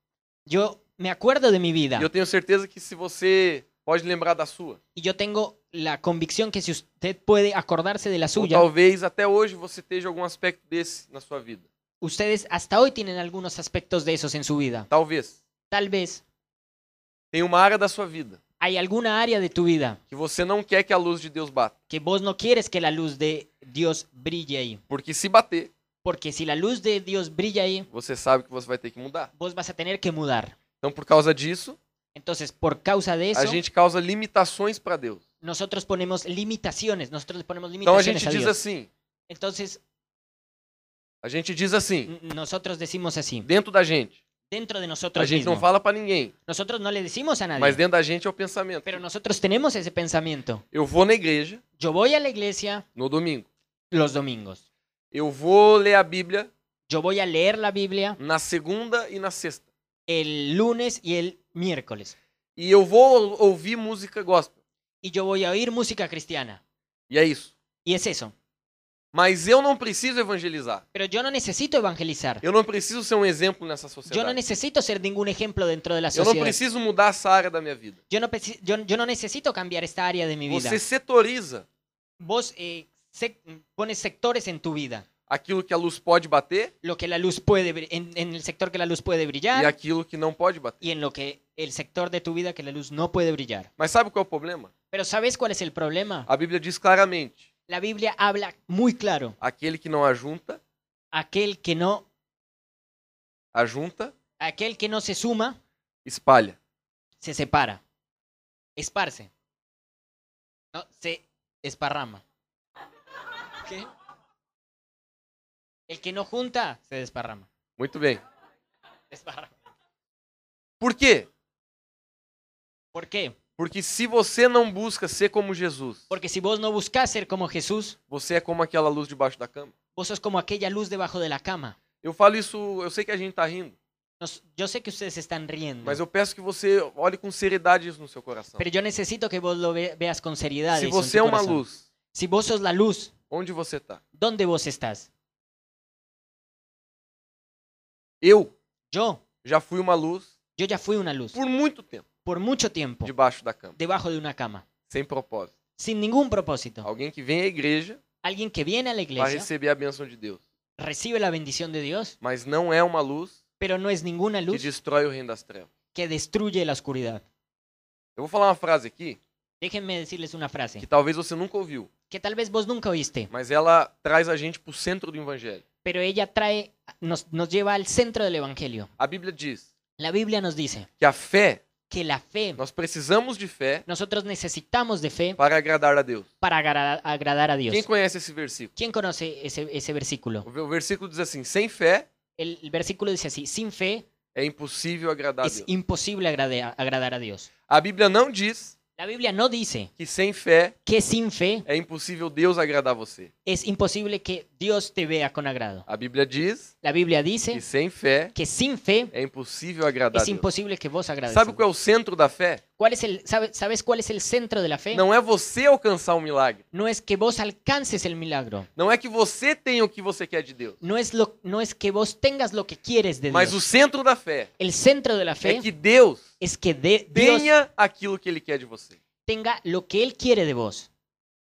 Yo me acuerdo de mi vida E eu tenho certeza que se você pode lembrar da sua, y yo tengo la convicción que si usted puede acordarse de la ou suya, talvez até hoje você esteja algum aspecto desse na sua vida. ustedes hasta hoy tienen algunos aspectos de esos en su vida. Talvez. Tal vez Tem uma área da sua vida hay alguna área de tu vida que você não quer que a luz de Deus bata. que vos no quieres que la luz de Dios brille ahí. Porque se bater, Porque si la luz de Dios brilla ahí, você sabe que você vai ter que mudar. vos vas a tener que mudar. Então, por causa disso, Entonces, por causa de a eso, gente causa limitações para Deus. nosotros ponemos limitaciones. Nosotros le ponemos Então, a limitaciones gente a diz Dios. assim: Entonces, a gente diz assim, n- nosotros decimos así. dentro da gente. Dentro de A nosotros gente não mismos. fala para ninguém, Nosotros no le decimos a mas nadie. dentro da gente é o pensamento. Pero nosotros tenemos ese pensamiento. Eu vou na igreja Yo voy a la iglesia no domingo. los domingos. Eu vou ler a Bíblia Yo voy a leer la Biblia na segunda e na sexta. el lunes y el miércoles. E eu vou ouvir música gospel. Y yo voy a oír música cristiana. E é isso. Y es eso. Mas eu não preciso evangelizar. Pero yo no necesito evangelizar. Eu não preciso ser um exemplo nessa Yo no sociedade. necesito ser ningún ejemplo dentro de la Eu não sociedad. preciso mudar essa área da minha vida. Yo no, preci- yo, yo no necesito cambiar esta área de mi vida. Você setoriza Vos eh, sec- pones sectores en tu vida. aquilo que a luz pode bater Lo que la luz puede, bri- en, en el sector que la luz puede e brillar aquilo que não pode bater. y en lo que el sector de tu vida que la luz no puede brillar. Mas sabe qual é o problema? Pero ¿sabes cuál es el problema? A Bíblia diz claramente: La Biblia habla muy claro. aquele que não ajunta, Aquel que no, ajunta, aquel que no se suma, espalha. se separa. Esparce. No, se esparrama. ¿Qué? El que no junta, se desparrama. Muito bem. Desparrama. Por quê? ¿Por qué? Porque se você não busca ser como Jesus, Porque si vos no buscas ser como Jesús, você é como aquela luz debaixo da cama. vos sos como aquella luz debajo de la cama. Eu falo isso, eu sei que a gente tá rindo, Nos- yo sé que ustedes están riendo, mas eu peço que você olhe com seriedade isso no seu coração. pero yo necesito que vos lo ve- veas con seriedad. Se eso en tu você é uma corazón. luz, Si vos sos la luz, onde você tá? ¿dónde vos estás? Eu Yo, já fui uma luz yo ya fui una luz por muito tempo por mucho tiempo debaixo da cama, debajo de una cama, sem propósito. sin ningún propósito. Alguém que vem à igreja Alguien que viene a la vai iglesia receber a bênção de Deus, recibe la bendición de Dios, mas não é uma luz pero no es ninguna que luz destrói o reino das trevas. que destruye la oscuridad. Eu vou falar uma frase aqui Déjenme decirles una que frase talvez você nunca ouviu, que tal vez vos nunca oíste, mas ela traz a gente pro centro do evangelho. pero ella trae nos, nos lleva al centro del evangelio. A Bíblia diz La Biblia nos dice que a fé, que la fe, nós precisamos de fé nosotros necesitamos de fe para agradar a Deus. para agra- agradar a Dios. Quem conhece esse versículo? ¿Quién conoce ese, ese versículo? O ve- o versículo diz assim: sem fé El, el versículo dice así, sin fe é impossível agradar a es Deus. imposible agrade- agradar a Dios. A Bíblia não diz La Biblia no dice que sem fé que sin fe é impossível Deus agradar você. es imposible que Dios te vea con agrado. A Bíblia diz La Biblia dice que sem fé que sin fe é impossível agradar a es Deus. imposible que vos agradezcas. Sabe qual é o centro da fé? ¿Cuál es el, sabe- ¿Sabes cuál es el centro de la fe? Não é você alcançar um milagre. No es que vos alcances el milagro. Não é que você tenha o que você quer de Deus. No es, lo, no es que vos tengas lo que quieres de Mas Dios. o centro da fé El centro de la fe é que Deus es que de- Dios tenha aquilo que Ele quer de você. tenga lo que Él quiere de vos.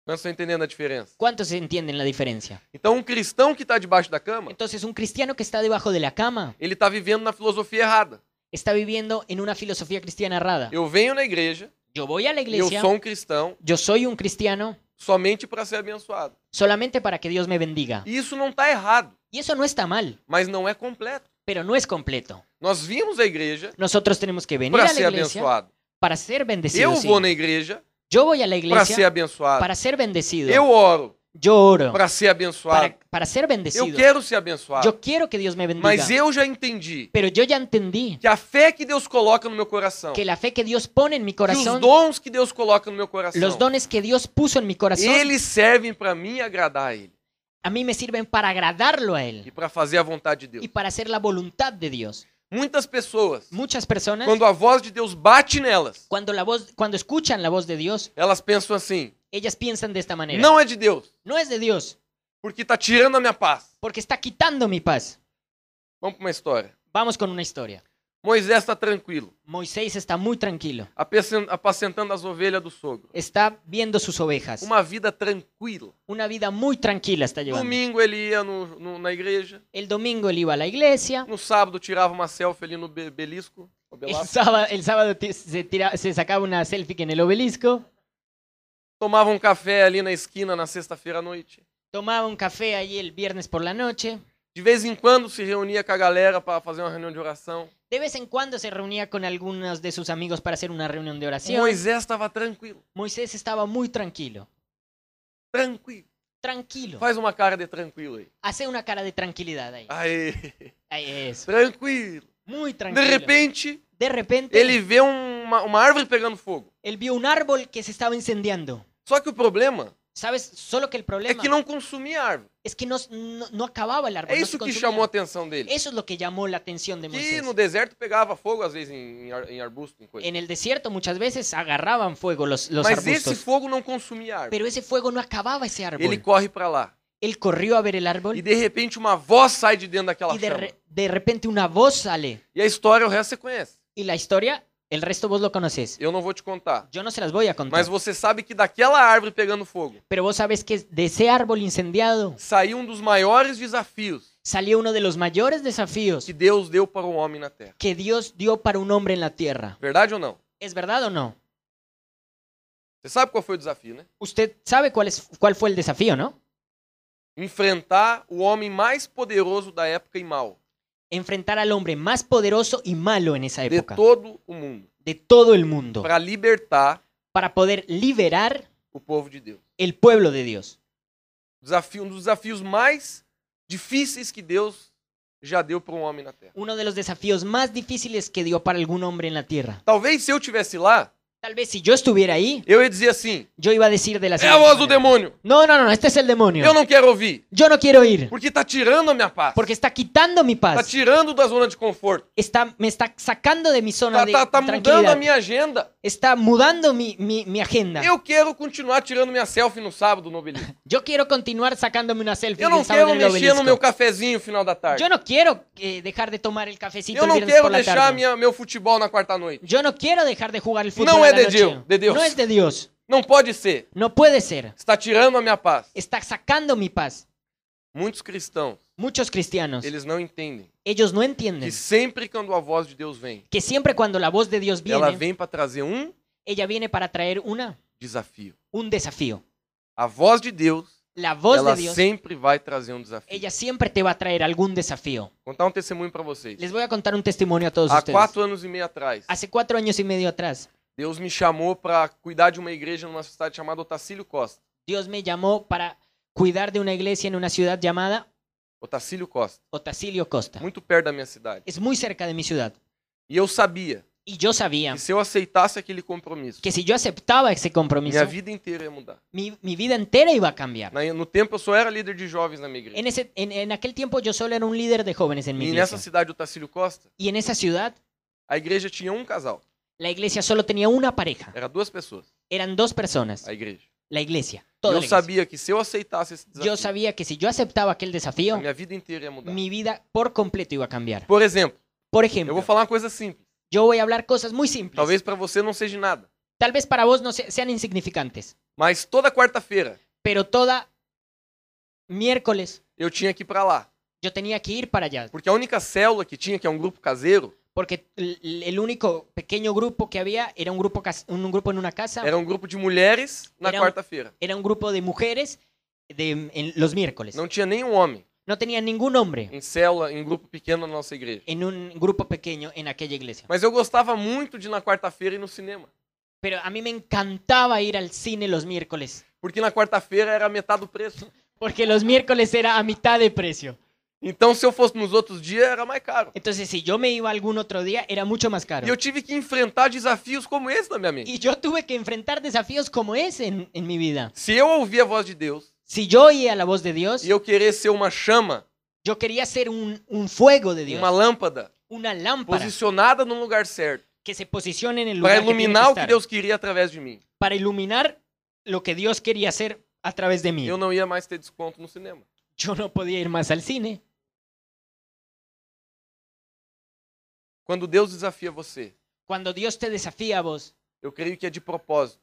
Não estão entendendo a diferença? ¿Cuántos entienden la diferencia? Então, um cristão que está debaixo da cama, Entonces, un cristiano que está debajo de la cama ele está vivendo na filosofia errada. está viviendo en una filosofia cristiana errada. Eu venho na igreja, Yo voy a la e eu iglesia, sou um cristão yo soy un cristiano somente para ser abençoado. solamente para que Dios me bendiga. E isso não está errado, Y eso no está mal, mas não é completo. pero no es completo. Nós vimos a igreja Nosotros tenemos que venir para a la ser iglesia abençoado. para ser bendecidos. Eu sí. vou na igreja Yo voy a la para ser iglesia abençoado. para ser bendecido. Eu oro yo oro para ser abençoado. Então, para, para ser Eu bendecido. quero ser abençoado. Yo quiero que Dios me bendiga. Mas eu já entendi Pero yo ya entendí que a fé que Deus coloca no meu coração, que la fe que Dios pone en mi que os corazón, dons que Deus coloca no meu coração, los dones que Dios puso en mi corazón, eles servem para mim agradar a Ele a mí me sirven para agradarlo a e Él para fazer a vontade de y Deus. para hacer la voluntad de Dios. Muitas pessoas, Muchas personas, quando a voz de Deus bate nelas, cuando, la voz, cuando escuchan la voz de Dios, elas pensam assim: ellas piensan de esta manera. não é de Deus, no es de Dios, porque está tirando a minha paz. porque está quitando mi paz. Vamos para uma história. Vamos con una historia. Moisés está tranquilo, Moisés está muy tranquilo. apacen- apacentando as ovelhas do sogro. Está viendo sus ovejas. Uma vida tranquila. Una vida muy tranquila está llevando. Domingo ele ia no- no- na igreja. El domingo él iba a la iglesia. No sábado tirava uma selfie ali no be- belisco. o El belasco. sábado, el sábado ti- se, tira- se sacaba una selfie en el obelisco. Tomava um café ali na esquina na sexta-feira à noite. Tomaba un café ahí el viernes por la noche. De vez em quando se reunia com a galera para fazer uma reunião de oração. De vez en cuando se reunía con algunos de sus amigos para hacer una reunión de oración. Moisés estava tranquilo. Moisés estaba muy tranquilo. Tranquilo. Tranquilo. Faz uma cara de tranquilo aí. Hace una cara de tranquilidad ahí. Aí. Ahí es. Tranquilo. Muy tranquilo. Ah. De repente, De repente, ele vê um, uma, uma árvore pegando fogo. él vio un árbol que se estaba incendiando. Só que o problema ¿Sabes? Solo que el é problema que não consumia a árvore. es que no, no- no acababa el árbol. É no se isso que consumía. chamou a atenção dele. Eso es lo que llamó la atención de Que é Moisés. no deserto pegava fogo, às vezes, em, em ar- em arbusto, em coisa. En el desierto muchas veces agarraban fuego los, los Mas esse arbustos. fogo não consumia a árvore. Pero ese fuego no acababa ese árbol. Ele corre pra lá. Él corrió a ver el árbol E y de repente uma voz sai de dentro daquela de, chama. re- de repente una voz sale. E a história, o resto você conhece. Y la historia, el resto vos lo conocés. Eu não vou te contar. Yo no se las voy a contar. Mas você sabe que daquela árvore pegando fogo Pero vos sabés que de ese árbol incendiado saiu um dos maiores desafios salió uno de los mayores desafíos que Deus deu para o homem na terra. que Dios dio para un hombre en la tierra. Verdade ou não? ¿Es verdad o no? Você sabe qual foi o desafio, né? Usted sabe cuál, es, cuál fue el desafío, ¿no? Enfrentar o homem mais poderoso da época e mal. Enfrentar al hombre más poderoso y malo en esa De época, todo o mundo. de todo el mundo, Para libertar para poder liberar o povo de Deus. el pueblo de Dios. Desafio, um dos desafios mais difíceis que Deus já deu para um homem na terra. Uno de los desafíos más difíciles que dio para algún hombre en la tierra. Talvez se eu tivesse lá, Tal vez si yo estuviera ahí, eu ia dizer assim: yo iba a decir de la é a siguiente voz do manera, demônio. No, no, no, este es el demonio. Eu não quero ouvir. Yo no quiero ir, Porque tá tirando a minha paz. porque está quitando mi Tá paz. tirando da zona de conforto. Está, me está sacando de mi zona Tá, de tá- tá mudando tranquilidad. a minha agenda. Está mudando mi, mi- mi agenda. Eu quero continuar tirando minha selfie no sábado no obelisco. Yo quiero continuar sacándome una selfie. Eu não del sábado quero en el mexer no é obelisco. meu cafezinho no final da tarde. Yo no quiero eh, dejar de tomar el cafecito Eu el não viernes quero por la deixar é tarde. minha, meu futebol na quarta-noite. Yo no quiero dejar de jugar el fútbol No es a la de noche. Dios, de Dios. No es de Dios. Não pode ser. No puede ser. Está tirando a minha paz. Está sacando mi paz. Muitos cristãos, Muchos cristianos, eles não entendem ellos no entienden que sempre quando a voz de Deus vem, que siempre cuando la voz de Dios viene, ela vem para trazer um ella viene para traer una desafio. un desafío. A voz de Deus, La voz ela de Dios, sempre vai trazer um desafio. ella siempre te va a traer algún desafío. Vou contar um testemunho para vocês. Les voy a contar un testimonio a todos Há ustedes. quatro anos e meio atrás, Hace cuatro años y medio atrás, Deus me chamou para cuidar de uma igreja numa cidade chamada Otacílio Costa. Dios me llamó para cuidar de una iglesia en una ciudad llamada Otacílio Costa, Otacilio Costa. muito perto da minha cidade. Es muy cerca de mi ciudad. E eu sabia Y yo sabía que se eu aceitasse aquele compromisso, É. que si yo aceptaba ese compromiso, minha vida inteira ia mudar. mi, mi vida entera iba a cambiar. Na- No tempo eu só era líder de jovens na minha En, igreja. ese, en, en aquel tiempo yo solo era un líder de jóvenes en mi E nessa iglesia. cidade Otacílio Costa, Y en esa ciudad, a igreja tinha um casal. la iglesia solo tenía una pareja. Era duas pessoas, Eran dos personas. a igreja. La iglesia. E Toda eu la iglesia. sabia que se eu aceitasse esse Yo desafio, sabía que si yo aceptaba aquel a desafío, minha vida inteira ia mudar. mi vida por completo iba a cambiar. Por exemplo, Por eu ejemplo, vou falar uma coisa simples. yo voy a hablar cosas muy simples. Talvez para você não seja nada. Tal vez para vos no se- sean insignificantes, Mas toda quarta-feira pero toda miércoles eu tinha que ir para lá. yo tenía que ir para allá, Porque a única célula que tinha, que é um grupo caseiro, porque el el único pequeño grupo que había era un grupo, cas- un un grupo en una casa, era um grupo de mulheres na Tá. Era um- quarta-feira. era un grupo de mujeres de, en los miércoles. Não tinha nenhum homem No tenía ningún hombre em célula, em grupo pequeno na nossa igreja. en un grupo pequeño en aquella iglesia. Mas eu gostava muito de ir na quarta-feira e no cinema. Pero a mí me encantaba ir al cine los miércoles. Porque na quarta-feira era metade do preço. Porque los miércoles era a mitad de precio. Então, se eu fosse nos outros dias, era mais caro. Entonces, si yo me iba algún otro día, era mucho más caro. E eu tive que enfrentar desafios como esse na minha mente. Y yo tuve que enfrentar desafíos como ese en, en mi vida. Se eu ouvir a voz de Deus Si yo oía la voz de Dios, e eu querer ser uma chama, yo quería ser un, un fuego de Dios, uma lâmpada, una lámpara posicionada no lugar certo, que se posicione en el Pues para lugar que tiene que iluminar o que estar, Deus queria através de mim, para iluminar lo que Dios quería hacer a través de mí. eu não ia mais ter desconto no cinema. Yo no podía ir más al cine. Quando Deus desafia você, Cuando Dios te desafía a vos, eu creio que é de propósito.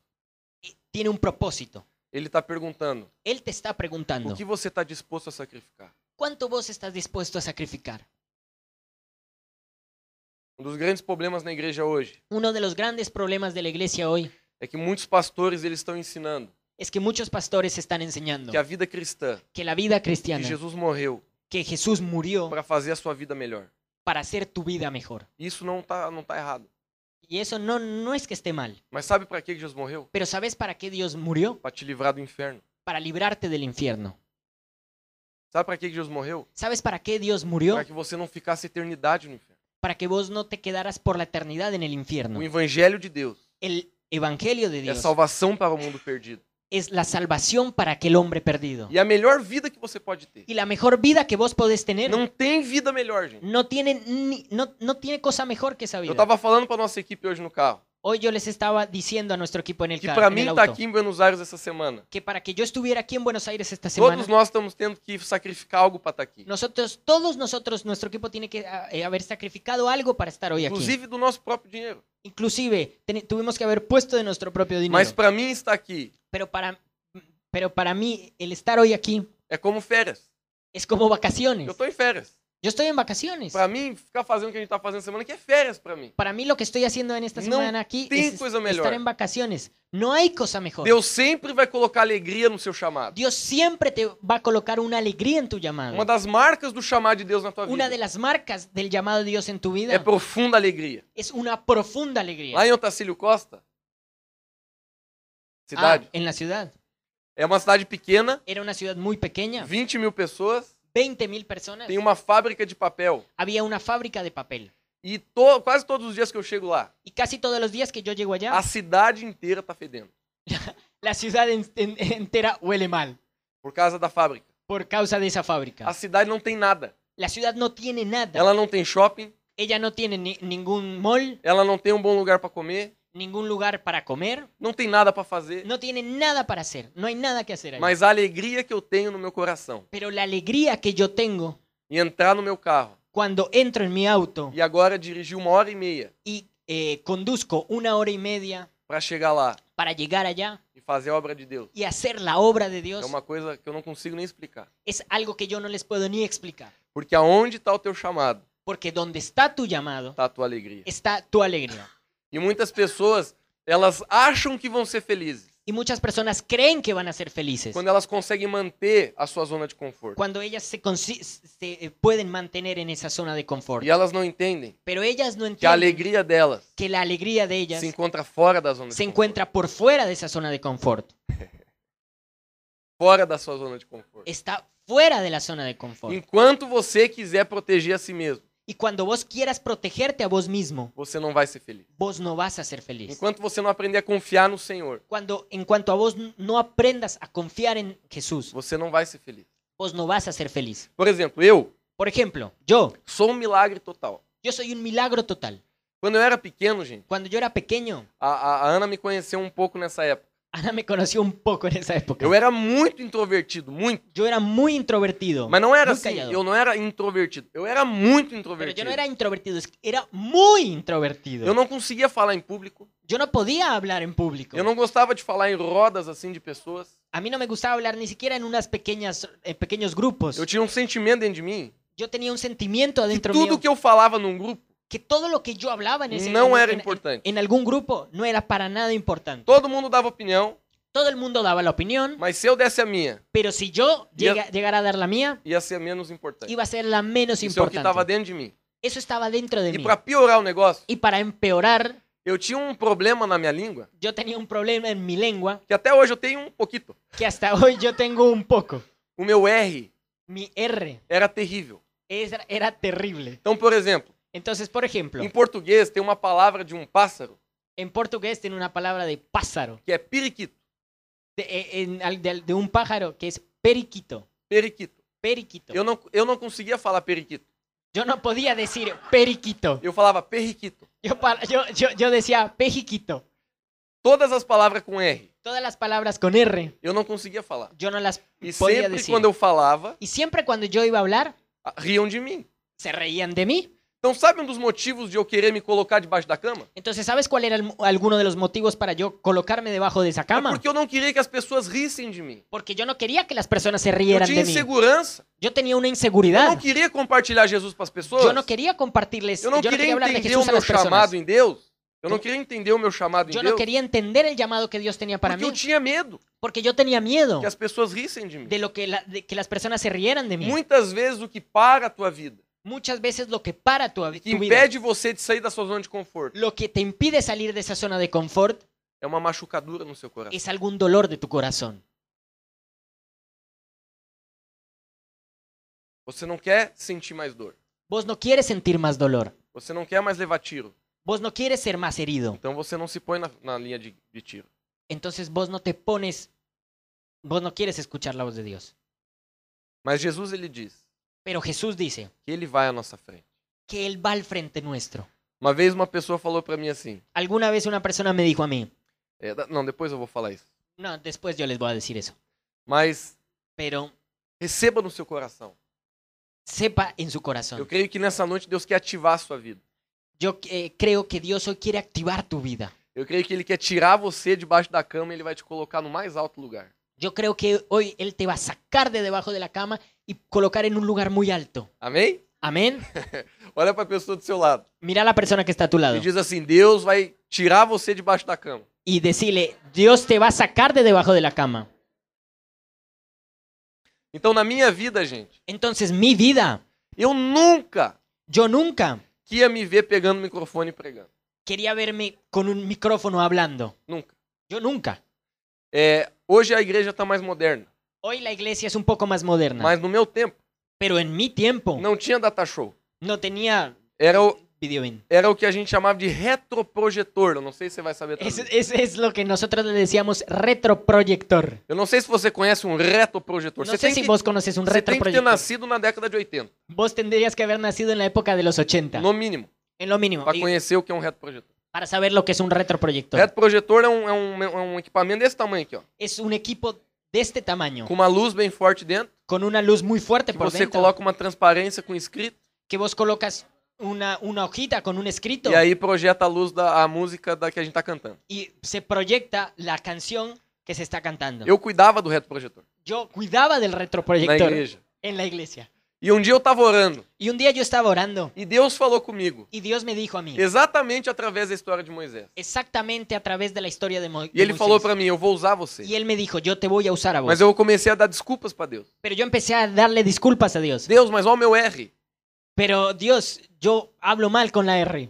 tiene un propósito. Ele está perguntando: Él te está o preguntando, que você está disposto a sacrificar? ¿cuánto vos estás dispuesto a sacrificar? Um dos grandes problemas na igreja hoje Uno de los grandes problemas de la iglesia hoy é que muitos pastores eles estão ensinando es que muchos pastores están enseñando que a vida cristã, que la vida que cristiana, Jesus morreu que Jesús murió para fazer a sua vida melhor. para hacer tu vida mejor. Isso não tá, não tá errado. Y eso no, no es que esté mal, Mas sabe para que que Jesus morreu? pero ¿sabes para qué Dios murió? Para te livrar do inferno. Para librarte del infierno. Sabe para que que Jesus morreu? ¿Sabes para qué Dios murió? Para que você não ficasse eternidade no inferno. Para que vos no te quedaras por la eternidad en el infierno. O evangelho de Deus El Evangelio de é Dios salvação para o mundo perdido. es la salvación para aquel hombre perdido. E a melhor vida que você pode ter. Y la mejor vida que vos podés tener Não tem vida melhor, gente. no tiene, ni- no, no tiene cosa mejor que esa Eu vida. tava falando para nossa equipe hoje no carro, Hoy yo les estaba diciendo a nuestro equipo en el, que carro, para en el mim tá auto aqui em Buenos Aires essa semana. que para que yo estuviera aquí en Buenos Aires esta semana, Todos nós estamos tendo que sacrificar algo para estar aqui. nosotros, todos nosotros, nuestro equipo tiene que ah, eh, haber sacrificado algo para estar hoy aquí. Inclusive do nosso próprio dinheiro. Inclusive, ten- tuvimos que haber puesto de nuestro propio dinero. Mas para mim estar aqui pero, para, pero para mí, el estar hoy aquí é como férias. es como vacaciones. Eu tô em férias. Yo estoy en vacaciones. Para mim ficar fazendo o que a gente tá fazendo semana que é férias para mim. Para mí lo que estoy haciendo en esta No semana aquí tem es es- coisa melhor. estar en vacaciones. No hay cosa mejor. Deus sempre vai colocar alegria no seu chamado. Dios siempre te va a colocar una alegría en tu Uma llamado. das marcas do chamado de Deus na tua Una de vida las marcas del llamado de Dios en tu é vida profunda alegria. es una profunda alegría. Lá em Otacílio Costa, Ah, cidade, en la ciudad. é uma cidade pequena, Era una ciudad muy pequeña, 20 mil pessoas, 20 mil personas. tem uma fábrica de papel. Había una fábrica de papel. E to- quase todos os dias que eu chego lá, Y casi todos los días que yo llego allá, a cidade inteira tá fedendo. la ciudad en- en- entera huele mal Por causa da fábrica. por causa de esa A fábrica. cidade não tem nada. La ciudad no tiene nada. Ela não tem shopping, Ella no tiene ni- ningún mall, ela não tem um bom lugar para comer, ningún lugar para comer, não tem nada para fazer. no tiene nada para hacer. No hay nada que hacer ahí. Mas a alegria que eu tenho no meu coração Pero la alegría que yo tengo em entrar no meu carro cuando entro en mi auto e agora dirigir uma hora e meia y eh, conduzco una hora y media para chegar lá para llegar allá e fazer a obra de Deus y hacer la obra de Dios é uma coisa que eu não consigo nem explicar. es algo que yo no les puedo ni explicar. Porque aonde está o teu chamado, Porque donde está tu llamado, está a tua alegria. está tu alegría. E muitas pessoas, elas acham que vão ser felizes Y muchas personas creen que van a ser felices quando elas conseguem manter a sua zona de conforto. cuando ellas se, consi- se, eh, pueden mantener en esa zona de confort. E elas não entendem Pero ellas no que a entienden alegria delas que la alegría de ellas se encontra fora da zona de se conforto. encuentra por fuera de esa zona de confort. Fora da sua zona de conforto. Está fuera de la zona de confort. Enquanto você quiser proteger a si mesmo, Y cuando vos quieras protegerte a vos mismo, você não vai ser feliz. vos no vas a ser feliz. Enquanto você não aprender a confiar no Senhor, Cuando en cuanto a vos n- no aprendas a confiar en Jesús, você não vai ser feliz. vos no vas a ser feliz. Por exemplo, eu Por ejemplo, yo, sou um milagre total. yo soy un milagro total. Quando eu era pequeno, gente, Cuando yo era pequeño, a, a- a Ana me conheceu um pouco nessa época. Ana me conoció un poco en esa época. Eu era muito introvertido, muito. Yo era muy introvertido. Mas não era muy assim, callado. eu não era introvertido. Eu era muito Pero introvertido. yo no era introvertido, es que era muy Eu introvertido. não conseguia falar em público. Yo no podía hablar en público. Eu não gostava de falar em rodas assim de pessoas. A mí no me gustaba hablar ni siquiera en unas pequeñas eh, pequeños grupos. Eu tinha um sentimento dentro de mim Yo tenía un sentimiento que adentro mío tudo que eu falava num grupo que todo lo que yo hablaba en ese não en- era en- importante. en algún grupo no era para nada importante. Todo mundo dava opinião, Todo el mundo daba la opinión, mas se eu desse a minha, pero si yo Ya- llega- llegara a dar la mía, ia ser a menos importante. iba a ser la menos Isso é o que estava importante. dentro de mim. Eso estaba dentro de E mí. para piorar o negócio, Y para empeorar, Eu tinha um problema na minha língua, Yo tenía un problema en mi lengua que até hoje eu tenho um pouquinho. que hasta hoy yo tengo un poco. O meu R Mi R era terrível. era, era terrible. Então, por exemplo, Entonces, por ejemplo, em português tem uma palavra de um pássaro en portugués tiene una palabra de pájaro, que é periquito. de, eh, en- al- de- de un pájaro que es periquito. Periquito. Periquito. Eu não, eu não conseguia falar periquito. Yo no podía decir periquito. Eu falava periquito. Yo, pa- yo, yo, yo decía pejiquito. Todas as palavras com R, Todas las palabras con R, eu não conseguia falar. yo no las E podía sempre decir. quando eu falava, Y siempre cuando yo iba a hablar, a- Ah, riam de mim. se reían de mí. Então, sabe um dos motivos de eu querer me colocar debaixo da cama? Entonces, ¿sabes cuál era el- alguno de los motivos para yo colocarme debajo de esa É cama? porque eu não queria que as pessoas rissem de mim. Porque yo no quería que las personas se Eu rieran tinha de mí. insegurança. Yo tenía una Eu não inseguridad. queria compartilhar Jesus para as pessoas. Yo no queria compartirles, Eu não yo no queria quería hablar de entender o Jesús a meu las personas. chamado em Deus. Eu não queria entender o meu chamado em Yo no Deus. quería entender el llamado que Dios tenía para Porque mí, eu tinha medo porque yo tenía miedo que as pessoas rissem de mim. de lo que, la- de que las personas se rieran de mí. Muitas vezes o que para a tua vida, Muchas veces lo que para tu, e que tu vida, impede você de sair da sua zona de conforto, lo que te impide salir de esa zona de confort é uma machucadura no seu coração. es algún dolor de tu corazón. Você não quer sentir mais dor. Vos no quieres sentir más dolor. Você não quer mais levar tiro. Vos no quieres ser más herido. Então você não se põe na, na linha de, de tiro. Entonces vos no te pones, vos no quieres escuchar la voz de Dios. Mas Jesus ele diz Pero Jesús dice que ele vai à nossa frente. que Él va al frente nuestro. Uma vez uma pessoa falou pra mim assim, Alguna vez una persona me dijo a mí, é, da- não, depois eu vou falar isso. no, después yo les voy a decir eso, Mas pero receba no seu coração. sepa en su Eu corazón. creio que nessa noite Deus quer ativar a sua vida. Yo eh, creo que Dios hoy quiere activar tu vida. Eu creio que ele quer tirar você debaixo da cama e ele vai te colocar no mais alto lugar. Yo creo que hoy Él te va a sacar de debajo de la cama y colocar en un lugar muy alto. Amém? Amén. Olha pra pessoa do seu lado Mira a la persona que está a tu lado e diz assim: Deus vai tirar você debaixo da cama. y decirle, Dios te va a sacar de debajo de la cama. Então, na minha vida, gente, Entonces, mi vida, eu nunca yo nunca queria me ver pegando o microfone e pregando. quería verme con un micrófono hablando. Nunca. Yo nunca. É, hoje a igreja tá mais moderna, Hoy la iglesia es un poco más moderna, mas no meu tempo pero en mi tiempo no, não tinha data show. tenía Era o, video in. era o que a gente chamava de retroprojetor. Eu não sei se você vai saber Eso, também. eso es lo que nosotros le decíamos retroproyector. Eu não sei se você conhece um retroprojetor. No Você sé tem si que- vos conoces un você tem que ter retroproyector. nascido na década de 80, Vos tendrías que haber nacido en la época de los 80, no mínimo, en lo mínimo, para y- conhecer o que é um retroprojetor. para saber lo que es un retroproyector. Retroprojetor é um, é, um, é um equipamento desse tamanho aqui, ó. es un equipo de este tamaño, Com uma luz bem forte dentro, con una luz muy fuerte que por você dentro, coloca uma transparência com escrito, que vos colocas una, una hojita con un escrito e aí projeta a luz da a música da que a gente tá cantando. y se proyecta la canción que se está cantando. Eu cuidava do retroprojetor Yo cuidaba del na retroproyector igreja. en la iglesia. E um dia eu tava orando, Y un día yo estaba orando e Deus falou comigo, y Dios me dijo a mí, exatamente através da história de Moisés. exactamente a través de la historia de, Mo- E de ele falou Moisés. pra mim, eu vou usar Y você. él me dijo, yo te voy a usar a vos. Mas eu comecei a dar desculpas pra Deus. Pero yo empecé a darle disculpas a Dios. Deus, mas olha o meu R. Pero Dios, yo hablo mal con la R.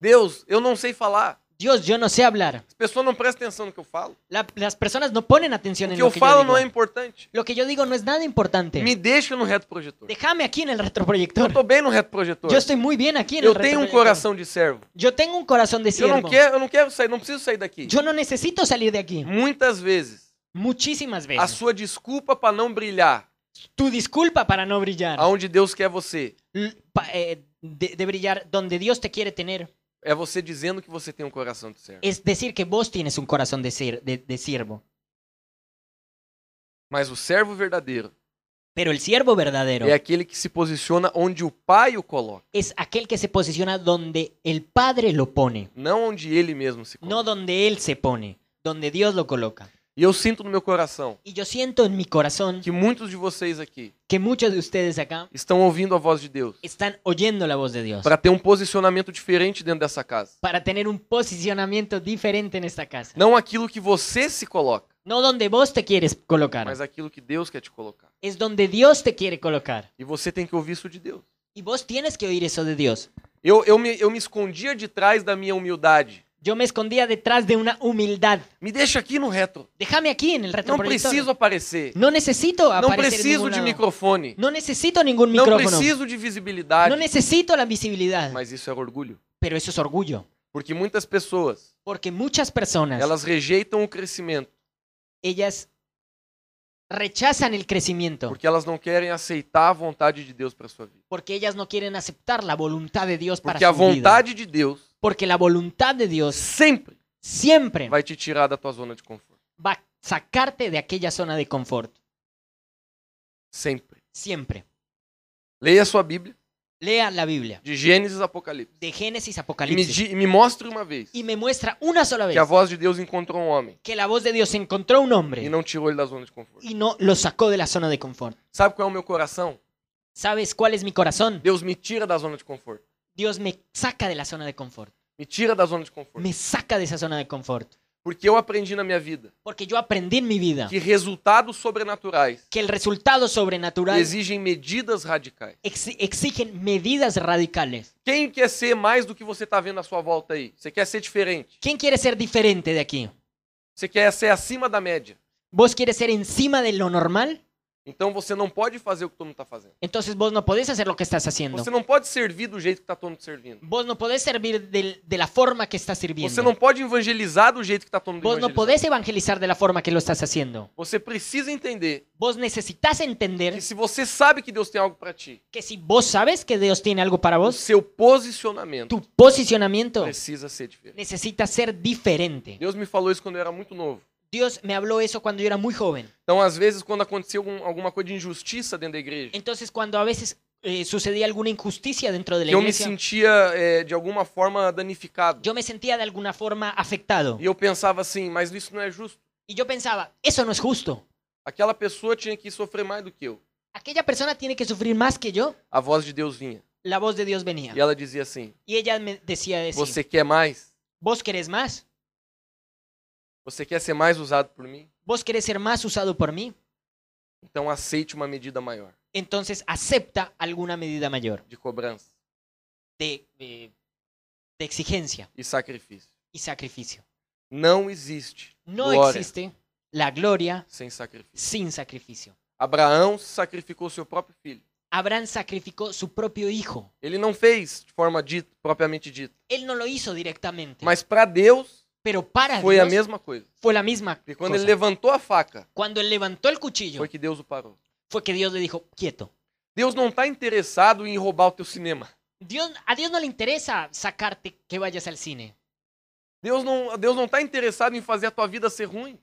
Deus, eu não sei falar. Dios, yo no sé hablar. As pessoas não prestam atenção no que eu falo. La- las personas no ponen O atención que en eu lo que yo falo digo. não é importante. Lo que yo digo no es nada importante. Me deixa no retroprojetor. Déjame aquí en el Eu retroproyector. tô bem no retroprojetor. Yo estoy muy bien aquí en Eu el tenho um retroproyector. coração de servo. Yo tengo un corazón de Eu siervo. não quero, eu não quero sair, não preciso sair daqui. Yo no necesito salir de aquí. Muitas vezes, Muchísimas a veces. sua desculpa para não brilhar, Tu disculpa para no brillar. aonde Deus quer você, L- pa- eh, de, de brillar donde Dios te quiere tener. é você dizendo que você tem um coração de servo. Es decir que vos tienes un corazón de, ser, de, de siervo. Mas o servo verdadeiro Pero el siervo verdadero é aquele que se posiciona onde o Pai o coloca, es aquel que se posiciona donde el Padre lo pone. não onde ele mesmo se No coloca. donde Él se pone. Donde Dios lo coloca. E eu sinto no meu coração Y yo siento en mi corazón que muitos de vocês aqui que muchos de ustedes acá estão ouvindo a voz de Deus están oyendo la voz de Dios para ter um posicionamento diferente dentro dessa casa. para tener un posicionamiento diferente en esta casa. Não aquilo que você se coloca, No donde vos te quieres colocar, mas aquilo que Deus quer te colocar. es donde Dios te quiere colocar. E você tem que ouvir isso de Deus. Y vos tienes que oír eso de Dios. Eu, eu, me, eu me escondia de trás da minha humildade. Yo me escondía detrás de una humildad. Me deixa aqui no reto. Déjame aquí en el Não retroproyector. preciso aparecer. No necesito Não aparecer en preciso ningún de lado. microfone. No necesito ningún Não micrófono. preciso de visibilidade. No necesito la visibilidad. Mas isso é orgulho. Pero eso es orgullo. Porque muitas pessoas, Porque muchas personas, elas rejeitam o crescimento. ellas rechazan el crecimiento. Porque elas não querem aceitar a vontade de Deus para sua vida. Porque ellas no quieren aceptar la voluntad de Dios para Porque a su vida. vontade de Deus Porque la voluntad de Dios sempre siempre vai te tirar da tua zona de conforto. va a sacarte de aquella zona de confort. Sempre. Siempre. Leia a sua Bíblia, Lea la Biblia. de Gênesis a Apocalipse. De Génesis a E me, Apocalipsis. di- e me mostre uma vez y me muestra una sola vez que a voz de Deus encontrou um homem que la voz de Dios encontró un hombre e não tirou ele da zona de conforto. y no lo sacó de la zona de confort. Sabe qual é o meu coração? ¿Sabes cuál es mi corazón? Deus me tira da zona de conforto. Dios me saca de la zona de confort. Me tira da zona de conforto. Me saca de esa zona de confort. Porque eu aprendi na minha vida Porque yo aprendí en mi vida que resultados sobrenaturais que el resultado sobrenatural exigem medidas radicais. exi- exigen medidas radicales. Quem quer ser mais do que você está vendo à sua volta aí? Você quer ser diferente? ¿Quién quiere ser diferente de aquí? Você quer ser acima da média? ¿Vos quieres ser encima de lo normal? Então você não pode fazer o que todo mundo está fazendo. Entonces vos no podés hacer lo que estás haciendo. Você não pode servir do jeito que está todo mundo servindo. Vos no podés servir del- de, la forma que estás Você sirviendo. não pode evangelizar do jeito que está todo mundo Vos no evangelizando. podés evangelizar de la forma que lo estás haciendo. Você precisa entender Vos necesitas que entender se você sabe que Deus tem algo para ti, que si vos sabes que Dios tiene algo para o vos, seu posicionamento tu posicionamiento precisa ser diferente. necesita ser diferente. Deus me falou isso quando eu era muito novo. Dios me habló eso cuando yo era muy joven. Então, às vezes, quando acontecia algum- alguma coisa de injustiça dentro da igreja, Entonces, cuando a veces eh, sucedía alguna injusticia dentro de que la eu me iglesia, sentia é, de alguma forma danificado. yo me sentía de alguna forma afectado. E eu pensava assim, mas isso não é justo. Y yo pensaba, eso no es justo. Aquela pessoa tinha que sofrer mais do que eu. Aquella persona tiene que sufrir más que yo. A voz de Deus vinha. La voz de Dios venía. E ela dizia assim: Y ella me decía, decir, Você quer mais? vos querés más, Você quer ser mais usado por mim? vos querés ser más usado por mí, Então aceite uma medida maior entonces acepta alguna medida mayor de cobrança de, eh, de exigencia. e sacrifício. y sacrificio. Não existe No glória existe la gloria sem sacrifício. sin sacrificio. Abraão sacrificou seu próprio filho. Abraham sacrificó su propio hijo. Ele não fez de forma dita, propriamente dita. Él no lo hizo directamente, Mas para Deus pero para foi a Dios mesma coisa. fue la misma Porque quando cosa. ele levantou a faca, Cuando él levantó el cuchillo, foi que Deus o parou. fue que Dios le dijo, quieto. Deus não está interessado em roubar o teu cinema. Dios, a Dios no le interesa sacarte que vayas al cine. Deus não Deus não está interessado em fazer a tua vida ser ruim.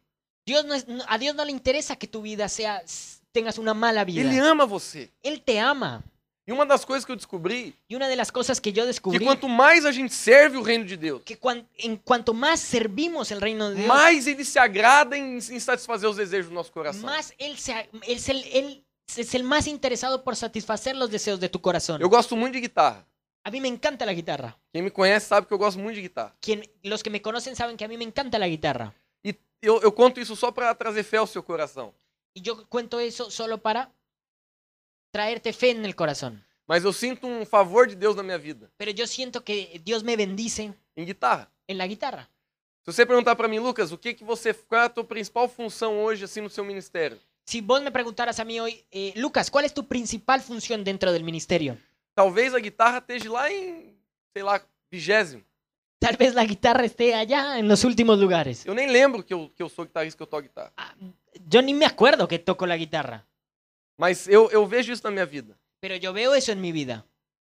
Dios no es- no- a Dios no le interesa que tu vida sea, s- tengas una mala vida. Ele ama você. Él te ama. E uma das coisas que eu descobri Y una de las cosas que yo que descubrí, quanto mais a gente serve o reino de Deus, que cuan- en cuanto más servimos el reino de Dios, mais ele se agrada em, em satisfazer os desejos do nosso coração. más él, se, él, es el- él es el más interesado por satisfacer los deseos de tu corazón. Eu gosto muito de guitarra. A mí me encanta la guitarra. Quem me conhece sabe que eu gosto muito de guitarra. Quien, los que me conocen saben que a mí me encanta la guitarra. E eu, eu conto isso só para trazer fé ao seu coração. Y yo cuento eso solo para traerte fe en el corazón. Mas eu sinto um favor de Deus na minha vida, Pero yo siento que Dios me bendice em guitarra. en la guitarra. Se você perguntar para mim, Lucas, o que que você qual é a tua principal função hoje assim no seu ministério? Si vos me preguntaras a mí hoy, eh, Lucas, ¿cuál es tu principal función dentro del ministerio? Talvez a guitarra esteja lá em, sei lá, vigésimo. Tal vez la guitarra esté allá en los últimos lugares. Eu nem lembro que eu, que eu sou guitarrista, que eu toco guitarra. Ah, Yo ni me acuerdo que toco la guitarra, Mas eu, eu vejo isso na minha vida. pero yo veo eso en mi vida.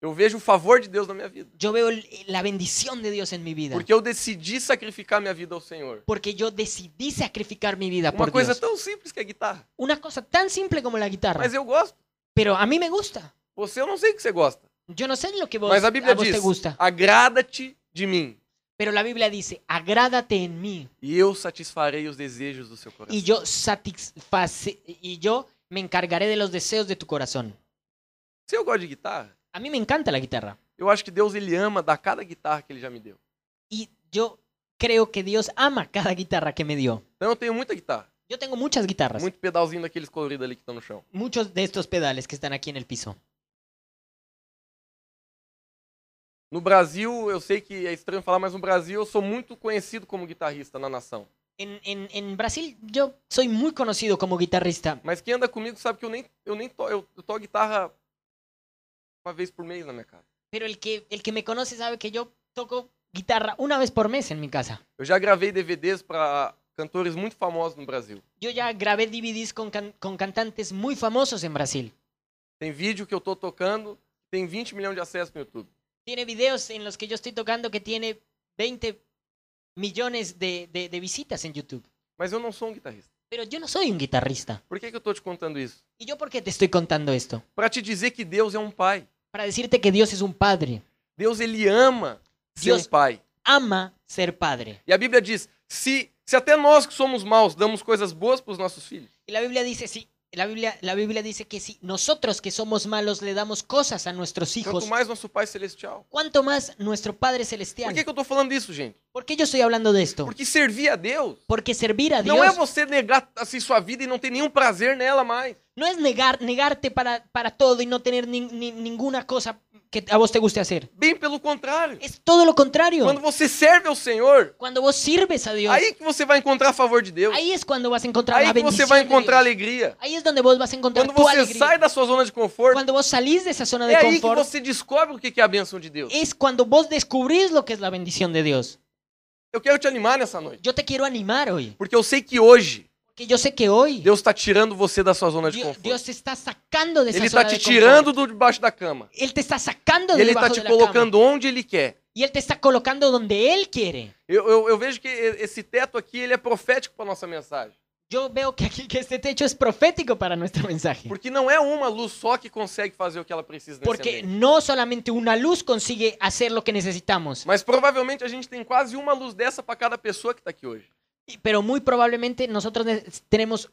Eu vejo o favor de Deus na minha vida. yo veo el- eh, la bendición de Dios en mi vida. Porque eu decidi sacrificar minha vida ao Senhor. Porque yo decidí sacrificar mi vida Uma É por coisa Dios. tão simples que a guitarra. Una cosa tan simple como la guitarra. Mas eu gosto. Pero a mí me gusta. Você, eu não sei o que você gosta. Yo no sé lo que vos, Mas a Bíblia vos te diz: ah, gusta. agrada-te de mim. Pero la Biblia dice, agrádate en mí E eu satisfarei os desejos do seu coração. y yo, satisface, y yo me encargaré de los deseos de tu corazón. Se eu gosto de guitarra, A mí me encanta la guitarra. eu acho que Deus ele ama dar cada guitarra que ele já me deu. Y yo creo que Dios ama cada guitarra que me dio. Então eu tenho muita guitarra. Yo tengo muchas guitarras. Muito pedalzinho daqueles coloridos ali que estão no chão. muchos de estos pedales que están aquí en el piso. No Brasil, eu sei que é estranho falar, mas no Brasil eu sou muito conhecido como guitarrista na nação. En, en- en Brasil yo soy muy conocido como guitarrista. Mas quem anda comigo sabe que eu nem, eu nem to, eu, eu toco guitarra uma vez por mês na minha casa. Pero el que, el que me conoce sabe que yo toco guitarra una vez por mes en mi casa. Eu já gravei DVDs para cantores muito famosos no Brasil. Yo ya grabé DVDs con, can- con cantantes muy famosos en Brasil. Tem vídeo que eu tô tocando, tem 20 milhões de acessos no YouTube. Tiene videos en los que yo estoy tocando que tiene 20 millones de, de- de visitas en YouTube. Mas eu não sou um guitarrista. Pero yo no soy un guitarrista. Por que, que eu tô te contando isso? ¿Y yo por qué te estoy contando esto? Para te dizer que Deus é um pai. Para decirte que Dios es un padre. Deus ele ama ser Deus- um pai. Ama ser padre. E a Bíblia diz: se, se até nós que somos maus damos coisas boas para os nossos filhos, Y la Biblia dice, sí, la Biblia, la Biblia dice que si nosotros que somos malos le damos cosas a nuestros hijos, quanto mais nosso Pai Celestial. cuanto más nuestro Padre Celestial. Por que, que eu tô falando isso, gente? ¿Por qué yo estoy hablando de esto? Porque servir a Deus Porque servir a Dios não é você negar assim sua vida e não ter nenhum prazer nela mais. no es negar, negarte para, para todo y no tener nin- ni- ninguna cosa que a vos te guste hacer. Bem pelo contrário. Es todo lo contrario. Quando você serve ao Senhor, Cuando vos sirves a Dios, ahí, aí que você vai encontrar favor de Deus. es cuando vas a encontrar la Aí que você bendición. vai de encontrar Dios. alegria. Ahí es donde vos vas a encontrar Quando tu você alegría. sai da sua zona de conforto, Cuando vos salís de esa zona é de aí que confort, você descobre o que que é a bênção de Deus. es cuando vos descubrís lo que es la bendición de Dios. Eu quero te animar nessa noite. Yo te quiero animar hoy, Porque eu sei que hoje porque yo sé que hoy Dios, Deus está tirando você da sua zona de Dios, conforto. te está sacando de esa Ele zona está te de confort. tirando do debaixo da cama. Él te está sacando E de ele está debajo te de la cama. colocando onde ele quer. Y Él te está colocando donde Él quiere. Eu, eu, eu vejo que e- esse teto aqui ele é profético para nossa mensagem. Yo veo que aquí que este techo es profético para nuestro mensaje. Porque não é uma luz só que consegue fazer o que ela precisa nesse Porque ambiente. no solamente una luz consigue hacer lo que necesitamos, Mas provavelmente a gente tem quase uma luz dessa para cada pessoa que está aqui hoje. y- pero muy probablemente nosotros ne- tenemos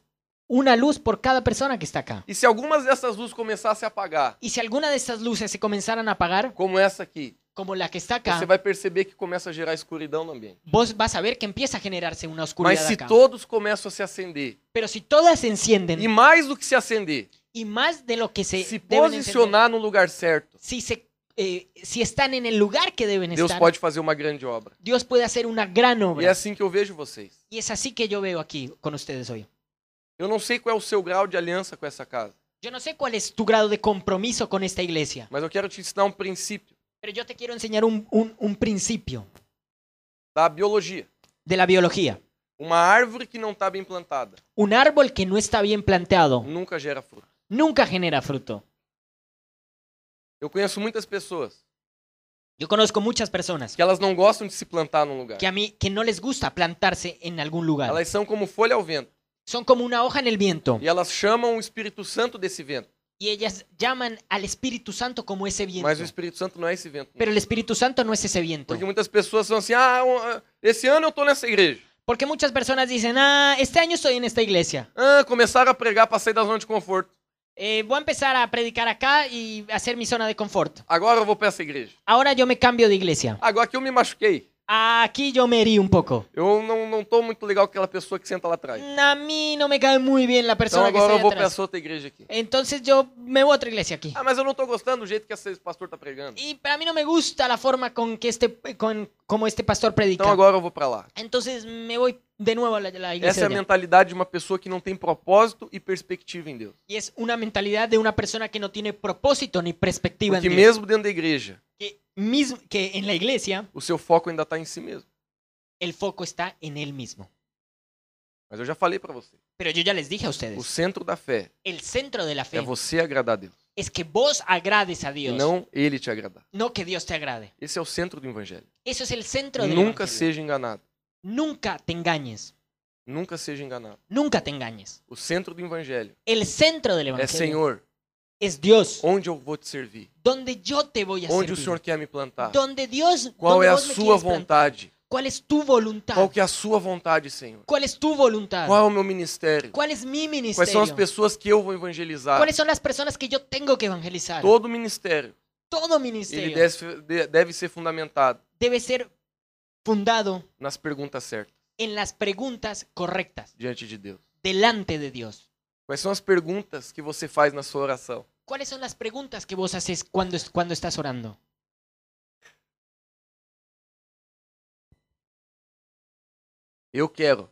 una luz por cada persona que está acá. E se algumas dessas luzes começar a se apagar, Y si alguna de estas luces se comenzaran a apagar, como essa aqui, como la que está acá, você vai perceber que começa a gerar escuridão no ambiente. vos vas a ver que empieza a generarse una Mas oscuridad se acá. todos começam a se acender, Pero si todas se encienden e y, mais do que se acender, más de lo que se, se deben encender, posicionar no lugar certo, si se eh, si están en el lugar que deben Deus estar, pode fazer uma grande obra. Dios puede hacer una gran E obra. é assim que eu vejo vocês. Y es así que yo veo aquí con ustedes hoy. Eu não sei qual é o seu grau de aliança com essa casa, Yo no sé cuál es tu grado de compromiso con esta iglesia, mas eu quero te ensinar um princípio pero yo te quiero enseñar un, un- un principio da biologia. de la biología. Uma árvore que não está bem plantada Un árbol que no está bien planteado nunca gera fruto. nunca genera fruto. Eu conheço muitas pessoas Yo conozco muchas personas que elas não gostam de se plantar num lugar. que a mí que no les gusta plantarse en algún lugar. Elas são como folha ao vento Son como una hoja en el viento e elas chamam o Espírito Santo desse vento, y ellas llaman al Espíritu Santo como ese viento. mas o Espírito Santo não é esse vento. não. Pero el Espíritu Santo no es ese viento. Porque muitas pessoas são assim: ah, um, esse ano eu tô nessa igreja. Porque muchas personas dicen, ah, este año estoy en esta iglesia. Ah, começaram a pregar para sair da zona de conforto. Eh, voy a empezar a predicar acá y hacer mi zona de confort. Agora eu vou para essa igreja. Ahora yo me cambio de iglesia. Agora que eu me machuquei, Aquí yo me herí un poco. eu não, não tô muito legal com aquela pessoa que senta lá atrás. A mí no me cae muy bien la Então persona agora Hum, que eu está vou ahí para atrás. essa outra igreja aqui. Entonces yo me voy a otra iglesia aquí. Ah, mas eu não tô gostando do jeito que esse pastor tá pregando. Y para mí no me gusta la forma con que este, con, como este pastor predica. Então agora eu vou para lá. Entonces me voy de nuevo a la, la iglesia. Essa é a de allá. mentalidade de uma pessoa que não tem propósito e perspectiva em Deus. Y es una mentalidad de una persona que no tiene propósito ni perspectiva en Porque Dios. mesmo dentro da igreja, Que, mismo, que en la iglesia o seu foco ainda tá em si mesmo. el foco está en él mismo. Mas eu já falei para você. Pero yo ya les dije a O ustedes, centro da fé el centro de la é fe você agradar a Deus, es que vos agrades a e Dios, não ele te agradar. no que Dios te agrade. Esse é o centro do evangelho. Eso es el centro del Nunca evangelio. seja enganado. Nunca te engañes. Nunca seja enganado. Nunca te engañes. O centro do evangelho El centro del é evangelio Senhor, es Dios. onde eu vou te servir? Donde yo te voy a Onde o servir. Senhor quer me plantar? Donde Dios. Qual donde é a vos Então, me Tá. sua quieres plantar. vontade? ¿Cuál es tu voluntad? Qual que é a sua vontade, Senhor? ¿Cuál es tu voluntad? Qual é o meu ministério? ¿Cuál es mi Quais são ministerio? as pessoas que eu vou evangelizar? ¿Cuáles son las personas que yo tengo que evangelizar? Ah. Todo ministério, Todo ele ministerio deve, de- deve ser fundamentado debe ser fundado nas perguntas certas en las preguntas correctas diante de Deus. delante de Dios. Quais são as perguntas que você faz na sua oração? ¿Cuáles son las preguntas que vos haces cuando, cuando estás orando? Eu quero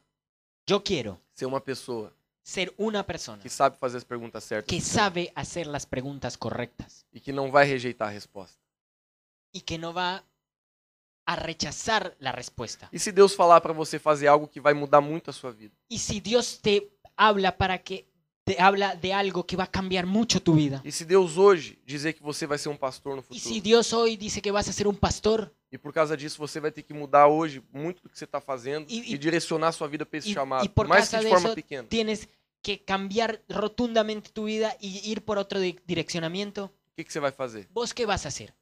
Yo quiero ser uma pessoa ser una persona que sabe fazer as perguntas certas que sabe hacer las preguntas correctas e que não vai rejeitar a resposta. y que no va a rechazar la respuesta. E se Deus falar pra você fazer algo que vai mudar muito a sua vida? Y si Dios te habla para que te habla de algo que va a cambiar mucho tu vida. E se Deus hoje dizer que você vai ser um pastor no Y futuro? si Dios hoy dice que vas a ser un pastor E por causa disso você vai ter que mudar hoje muito do que você está fazendo E- e, e- direcionar sua vida para esse e- chamado, e por mais que causa de forma disso, pequena. tienes que cambiar rotundamente tu vida y ir por otro di- direccionamiento, O que, que você vai fazer? ¿vos qué vas a hacer?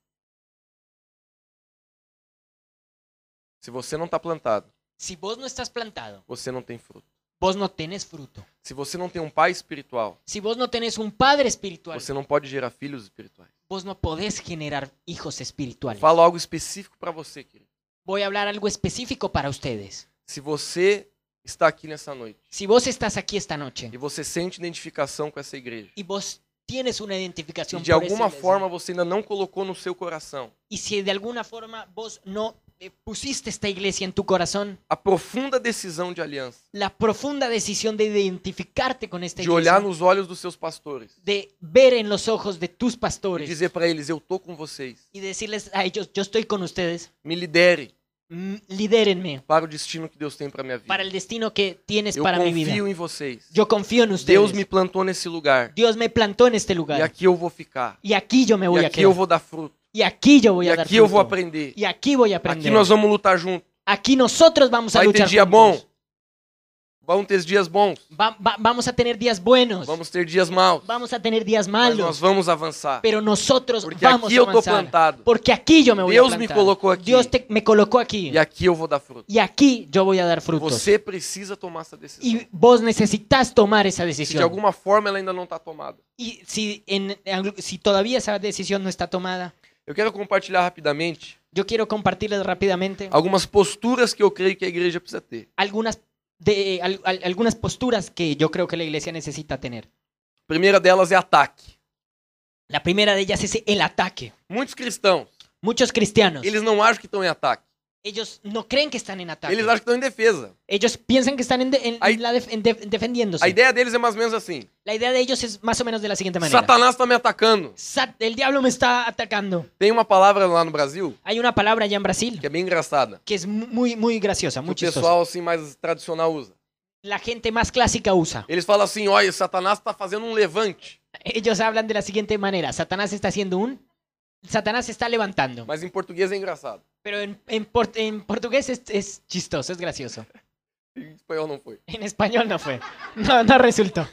Se você não está plantado, Si vos no estás plantado, você não tem fruto. vos no tenés fruto. Se você não tem um pai espiritual, Si vos no tenés un padre espiritual, você não pode gerar filhos espirituais. vos no podés generar hijos espirituales. Falo algo específico para você, querido. Voy a hablar algo específico para ustedes. Se você está aqui nessa noite Si vos estás aquí esta noche e você sente identificação com essa igreja, y vos tienes una e identificación de por esa alguma iglesia, forma você ainda não colocou no seu coração, y si de alguna forma vos no eh, pusiste esta iglesia en tu corazón, a profunda decisão de aliança, la profunda decisión de identificarte con esta de iglesia, olhar nos olhos dos seus pastores de ver en los ojos de tus e pastores dizer para eles: Eu tô com vocês, y decirles a ellos, yo estoy con ustedes, me lidere. mm, lidérenme para o destino que Deus tem para minha vida. para el destino que tienes eu para mi vida. confio em vocês. Yo confío en ustedes. Deus me plantou nesse lugar Dios me plantó en este e lugar aqui eu vou ficar. y aquí yo me E voy a aqui eu quedar vou dar fruto. y aquí yo voy E a dar aqui eu vou fruto. aprender. é y aquí voy a Aqui aprender. nós vamos lutar junto. Aquí nosotros vamos a Vai ter luchar dia juntos. bom. Vamos ter dias bons. Va- va- vamos a tener días buenos. Vamos ter dias maus. Vamos a tener días Mas nós malos. vamos avançar. Pero nosotros Porque vamos aqui a eu tô avanzar. plantado. Porque aquí yo me voy Deus a me plantar. colocou aqui. Dios te- me colocó aquí. E aqui eu vou dar fruto. Y aquí yo voy a dar frutos. Você precisa tomar essa decisão. Y vos necesitas tomar Se esa de decisión. alguma forma ela ainda não está tomada. Y si, en- en- si todavía esa decisión no está tomada, Eu quero compartilhar rapidamente yo quiero compartirles rápidamente algumas posturas que eu creio que a igreja precisa ter. algunas, de, al- al- algunas posturas que yo creo que la iglesia necesita tener. A primeira delas é ataque. La primera de ellas es el ataque. Muitos cristãos, Muchos cristianos, eles não acham que estão em ataque. ellos no creen que están en ataque. Eles acham que estão em defesa. Ellos piensan que están en de- en- en Hay- la def- en def- defendiéndose. A ideia deles é mais ou menos assim: la idea de ellos es más o menos de la siguiente manera. Satanás está me atacando. Sa- el diablo me está atacando. Tem uma palavra lá no Brasil Hay una palabra allá en Brasil que é bem engraçada. que es mu- muy, muy graciosa, Que muy o chistosa. pessoal assim mais tradicional usa. La gente más clásica usa. Eles falam assim: olha, Satanás está fazendo um levante. Ellos hablan de la siguiente manera. Satanás está haciendo un... Satanás se está levantando. Mas em português é engraçado. Pero en, en por- en portugués es, es chistoso, es gracioso. Em espanhol não foi. En español no fue. No, no resultó.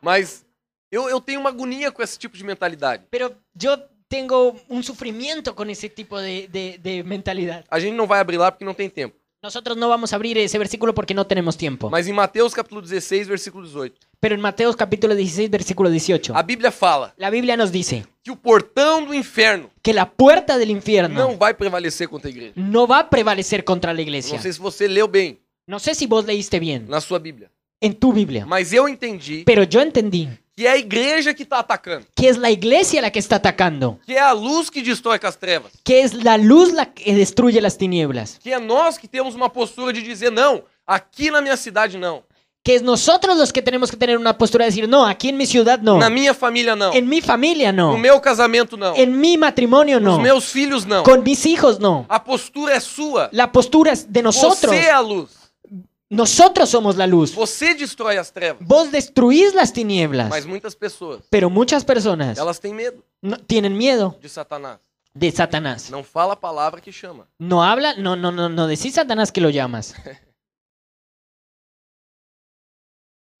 Mas eu, eu tenho uma agonia com esse tipo de mentalidade. Pero yo tengo un sufrimiento con ese tipo de, de- de mentalidad. A gente não vai abrir lá porque não tem tempo. Nosotros no vamos a abrir ese versículo porque no tenemos tiempo. Mas em Mateus capítulo 16, versículo 18, Pero en Mateo capítulo 16, versículo 18, a Bíblia fala la Biblia nos dice que o portão do inferno que la puerta del infierno não vai prevalecer contra a igreja. no va a prevalecer contra la Não iglesia. sei se você leu bem No sé si vos leíste bien na sua Bíblia, en tu Biblia, mas eu entendi pero yo entendí que é a igreja que está atacando, que es la iglesia la que está atacando, que é a luz que destrói com as trevas, que es la luz la que destruye las tinieblas, que é nós que temos uma postura de dizer não, aqui na minha cidade não, que es nosotros los que tenemos que tener una postura de decir, no, aquí en mi ciudad no, na minha família não, en mi familia no, no meu casamento não, en mi matrimonio nos no, meus filhos não. con mis hijos no. A postura é sua. La postura es de nosotros. Você é a luz. Nosotros somos la luz. Você destrói as trevas. Vos destruís las tinieblas. Mas muitas pessoas, Pero muchas personas elas têm medo no- tienen miedo de Satanás. de Satanás. Não fala a palavra que chama. No habla, no, no, no, no decís Satanás que lo llamas.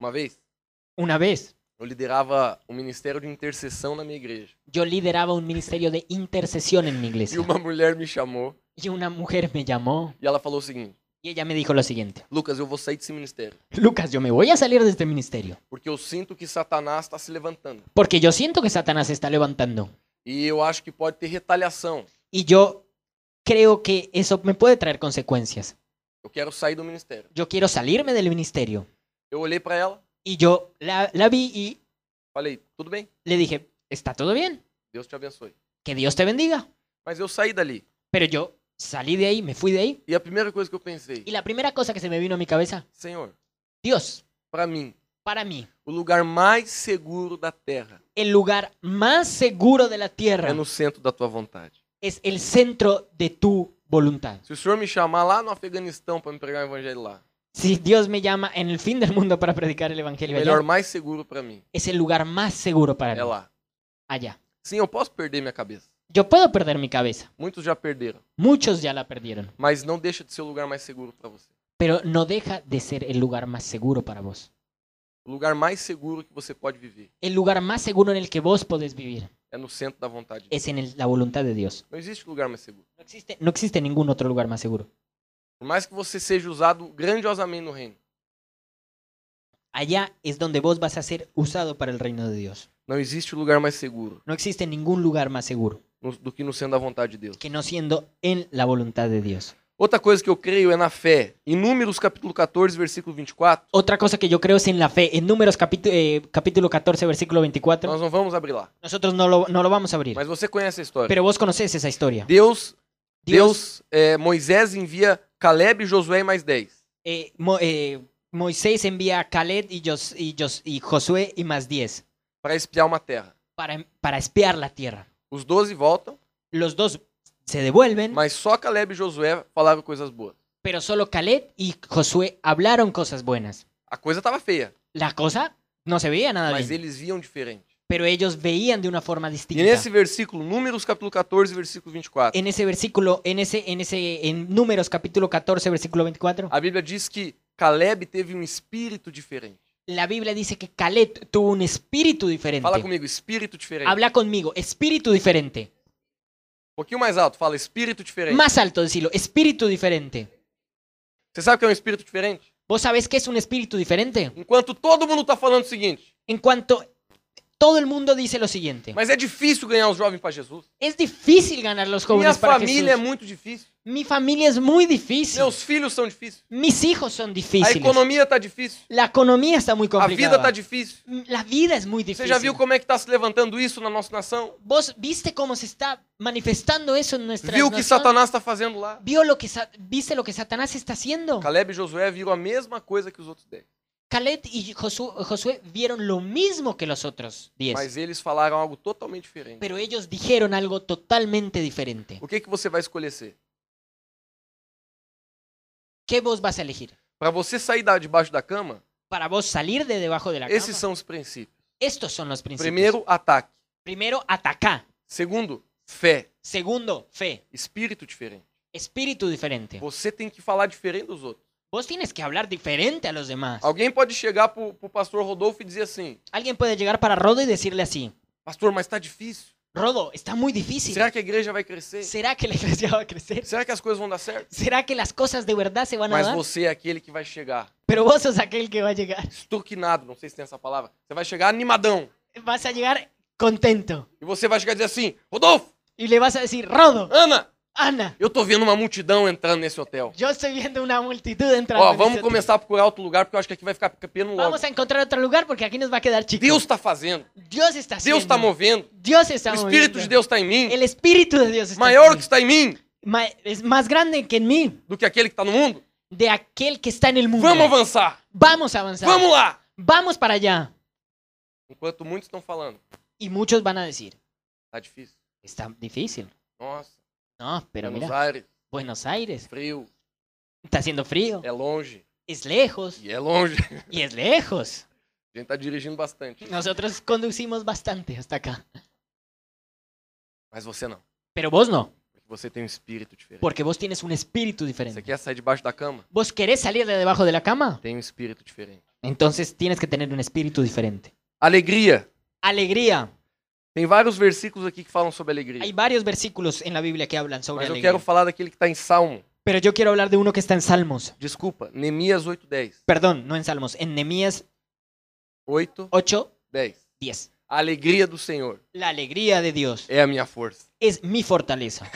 Uma vez, Una vez eu liderava o ministério de intercessão na minha igreja. yo lideraba un ministerio de intercesión en mi E iglesia uma mulher me chamou y una mujer me llamó e ela falou o seguinte: y ella me dijo lo siguiente. Lucas, eu vou sair desse ministério. Lucas, yo me voy a salir de este ministerio Porque eu sinto que Satanás está se levantando. porque yo siento que Satanás se está levantando E eu acho que pode ter retaliação. y yo creo que eso me puede traer consecuencias. Eu quero sair do ministério. Yo quiero salirme del ministerio. Eu olhei pra ela, Y yo la, la vi y falei: tudo bem, le dije, está todo bien, Deus te abençoe. que Dios te bendiga. Mas eu saí dali. Pero yo Salí de ahí, me fui de ahí. E a primeira coisa que eu pensei, Y la primera cosa que se me vino a mi cabeza, Senhor, Dios, para mim, para mí, o lugar mais seguro da terra el lugar más seguro de la é tierra no centro da tua vontade. es el centro de tu voluntad. Se o senhor me chamar lá no Afeganistão para me pregar o evangelho lá, Si Dios me llama en el fin del mundo para predicar el o evangelio, allá, melhor mais seguro para mim es el lugar más seguro para mí. é lá. Allá. Sim, eu posso perder minha cabeça. Yo puedo perder mi cabeza. Muitos já perderam, Muchos ya la perdieron. mas não deixa de ser o lugar mais seguro para você. Pero no deja de ser el lugar más seguro para vos. O lugar mais seguro que você pode viver El lugar más seguro en el que vos podés vivir é no centro da vontade de Deus. es en el- la voluntad de Dios. Não existe lugar mais seguro. No existe, no existe ningún otro lugar más seguro. Por mais que você seja usado grandiosamente no reino, Allá es donde vos vas a ser usado para el reino de Dios. não existe lugar mais seguro No existe ningún lugar más seguro no- do que no centro da vontade de Deus. que no siendo en la voluntad de Dios. Outra coisa que eu creio é na fé. Em Números capítulo 14, versículo 24, Otra cosa que yo creo es en la fe. En Números capítulo, capítulo 14, versículo 24, nós não vamos abrir lá. nosotros no lo, no lo vamos a abrir. Mas você conhece a história. Pero vos conocés esa historia. Deus, Deus é, Moisés envia Caleb, Josué e mais 10. eh, Mo- eh, Moisés envía a Caled y, Jos- y Jos- y Josué y más 10 para espiar uma terra. para, para espiar la tierra. Os 12 voltam, Los dos se devuelven, mas só Caleb e Josué falaram coisas boas. pero solo Caled y Josué hablaron cosas buenas. A coisa estava feia, La cosa no se veía nada mas bien, eles viam diferente. pero ellos veían de una forma E distinta. nesse versículo, Números capítulo 14, versículo 24, En ese versículo, en ese, en esse- en Números capítulo 14, versículo 24, a Bíblia diz que Caleb teve um espírito diferente. la Biblia dice que Caled tuvo un espíritu diferente. Fala comigo, espírito diferente. Habla conmigo, espíritu diferente. Um pouquinho mais alto, fala espírito diferente. Más alto decirlo, espíritu diferente. Você sabe o que é um espírito diferente? ¿Vos sabés que es un espíritu diferente? Enquanto todo mundo tá falando o seguinte, En cuanto todo el mundo dice lo siguiente, mas é difícil ganhar os jovens para Jesus. es difícil ganar los Minha jóvenes para família é Jesús. muito difícil. Mi familia es muy difícil. Meus filhos são difíceis. Mis hijos son A difíciles. economia tá difícil. La economía está muy A complicada. vida tá difícil. La vida es muy Você difícil. já viu como é que tá se levantando isso na nossa nação? ¿Vos viste cómo se está manifestando eso en nuestra Viu o que nación? Satanás está fazendo lá? Vio lo que Sa- ¿Viste lo que Satanás está haciendo? Caleb e Josué viram a mesma coisa que os outros dez. Caleb y Josu- Josué vieron lo mismo que los otros diez. Mas eles falaram algo totalmente diferente. Pero ellos dijeron algo totalmente diferente. O que que você vai escolher ser? ¿Qué vos vas a elegir? Para você sair da, debaixo da cama, Para vos salir de debajo de la cama. esses são os princípios. Estos son los principios. Primeiro, ataque. Primero, atacá. Segundo, fé. Segundo, fe. Espírito diferente. Espíritu diferente. Você tem que falar diferente dos outros. Vos tienes que hablar diferente a los demás. Alguém pode chegar pro, pro pastor Rodolfo e dizer assim: Alguien puede llegar para Rodo y decirle así. Pastor, mas tá difícil. Rodo, está muy difícil. Será que a igreja vai crescer? ¿Será que la iglesia va a crecer? Será que as coisas vão dar certo? ¿Será que las cosas de verdad se van a Mas dar? você é aquele que vai chegar Pero vos sos aquel que va a llegar. esturquinado, não sei se tem essa palavra. Você vai chegar animadão. Vas a llegar contento. E você vai chegar e dizer assim: Rodolfo, Y le vas a decir, Rodo, Ana, Ana, eu tô vendo uma multidão entrando nesse hotel. yo estoy viendo una multitud entrando. Ó, en Oh, vamos este hotel. começar a procurar outro lugar, porque eu acho que aqui vai ficar pequeno logo. Vamos a encontrar otro lugar porque aquí nos va a quedar chico. Deus tá fazendo. Dios está haciendo. Deus tá movendo. Dios O está Espírito moviendo. de Deus tá em mim. El Espíritu de Dios está Maior en que mí. está em mim Ma- es más grande que en mí, do que aquele que tá no mundo. de aquel que está en el mundo. Vamos avançar. Vamos a avanzar. Vamos lá. Vamos para allá. Enquanto muitos estão falando, Y muchos van a decir, tá difícil. está difícil. Nossa, No, pero Buenos mira, Aires, Buenos Aires, frio, está haciendo frío, é longe. es lejos E é longe. y es lejos. A gente tá dirigindo bastante. Nosotros conducimos bastante hasta acá, Mas você não. pero vos no, Porque você tem um espírito diferente. porque vos tienes un espíritu Você diferente. quer sair debajo da cama? ¿Vos querés salir de debajo de la cama? Tem um espírito diferente. Entonces tienes que tener un espíritu diferente. Alegria. Alegría. Tem vários versículos aqui que falam sobre Hay alegria. varios versículos en la Biblia que hablan sobre Mas eu alegría. quero falar daquele que está em Salmo. Pero yo quiero hablar de uno que está en Salmos. Desculpa, Neemias 8, 10. Perdón, no en Salmos, en Nehemías 8, 8, 10. 10. A alegria do Senhor La alegría de Dios é a minha força. es mi fortaleza.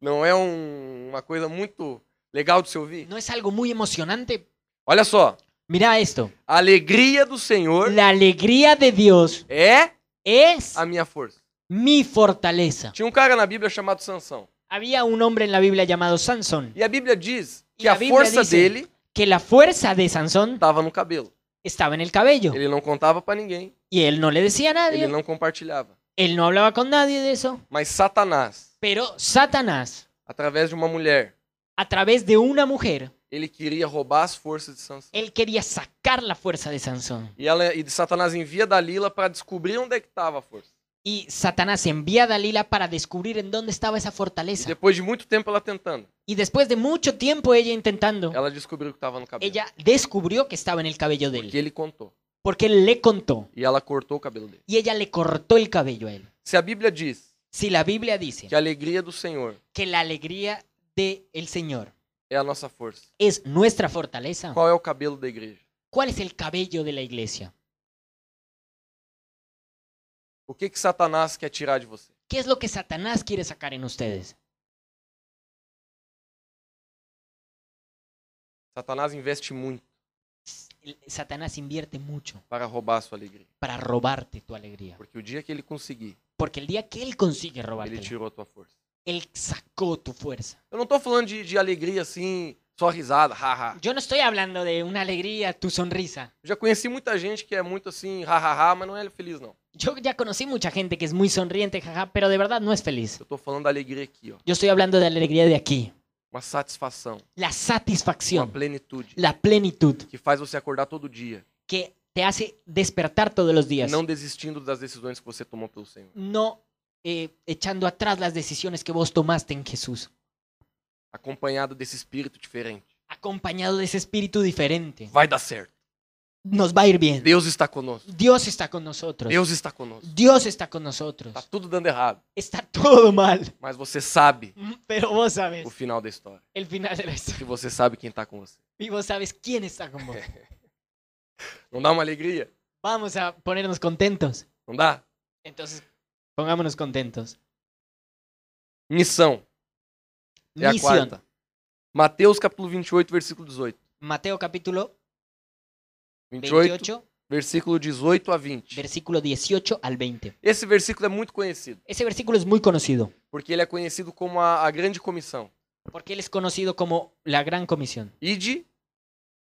Não é um- uma coisa muito legal de se ouvir? ¿No es algo muy emocionante? Olha só. Mira esto. A alegria do Senhor La alegría de Dios é es a minha força. mi fortaleza. Tinha um cara na Bíblia chamado Sansão. Había un hombre en la Biblia llamado Sansón, E a Bíblia diz E que a a, Bíblia força diz- dele que la fuerza de Sansón estava no cabelo. estaba en el cabello. Ele não contava pra ninguém, Y él no le decía a ele nadie, não compartilhava. él no hablaba con nadie de eso. Mas Satanás, Pero Satanás, através de uma mulher, a través de una mujer, ele queria roubar as forças de Sansão. él quería sacar la fuerza de Sansón. E, ela, e Satanás envia Dalila pra descobrir onde é que estava a força. Y Satanás envía a Dalila para descubrir en dónde estaba esa E fortaleza. depois de muito tempo ela tentando, Y después de mucho tiempo ella intentando, ela descobriu que estava no cabelo. ella descubrió que estaba en el cabello de Porque él. ele contou. Porque él le contó. E ela cortou o cabelo dele. Y ella le cortó el cabello a él. Se a Bíblia diz Si la Biblia dice que a alegria do Senhor que la alegría del Señor é a nossa força, es nuestra fortaleza, qual é o cabelo da igreja? ¿cuál es el cabello de la iglesia? O que, que Satanás quer tirar de você? ¿Qué es lo que Satanás quiere sacar en ustedes? Satanás investe muito El- Satanás invierte mucho para roubar a sua alegria. para robarte tu alegría. Porque o dia que ele conseguir, Porque el día que él consigue ele robarte, tirou a tua força. él sacó tu fuerza. Eu não tô falando de, de alegria assim, só risada, haha. Yo no estoy hablando de una alegría, tu sonrisa. Eu já conheci muita gente que é muito assim, hahaha, mas não é feliz, não. Yo ya conocí mucha gente que es muy sonriente, jaja, pero de verdad no es feliz. Eu tô falando da alegria aqui, ó. Yo estoy hablando de la alegría de aquí. Uma satisfação, La uma satisfacción, plenitude, la plenitud que faz você acordar todo dia, que te hace despertar todos los e días. não desistindo das decisões que você tomou pelo Senhor. no eh, echando atrás las decisiones que vos tomaste en Jesús, Acompanhado desse espírito diferente. acompañado de ese espíritu diferente. Vai dar certo. Nos va a ir bien. Deus está conosco. Dios está con nosotros. Deus está conosco. Dios está con nosotros. Tá tudo dando errado, Está todo mal. mas você sabe Mm, Pero vos o sabes final da história. el final de la historia. Que você sabe quem tá com você. Y vos sabes quién está con vos. Não dá uma alegria? Vamos a ponernos contentos. Não dá? Entonces, pongámonos contentos. Missão. É a Misión. quarta. Mateus capítulo 28, versículo 18. Mateo capítulo 28, 28, versículo 18 a 20. versículo 18 al 20. Esse versículo é muito conhecido, Ese versículo es muy conocido, porque ele é conhecido como a, a grande comissão. porque él es conocido como la Gran Comisión. Ide,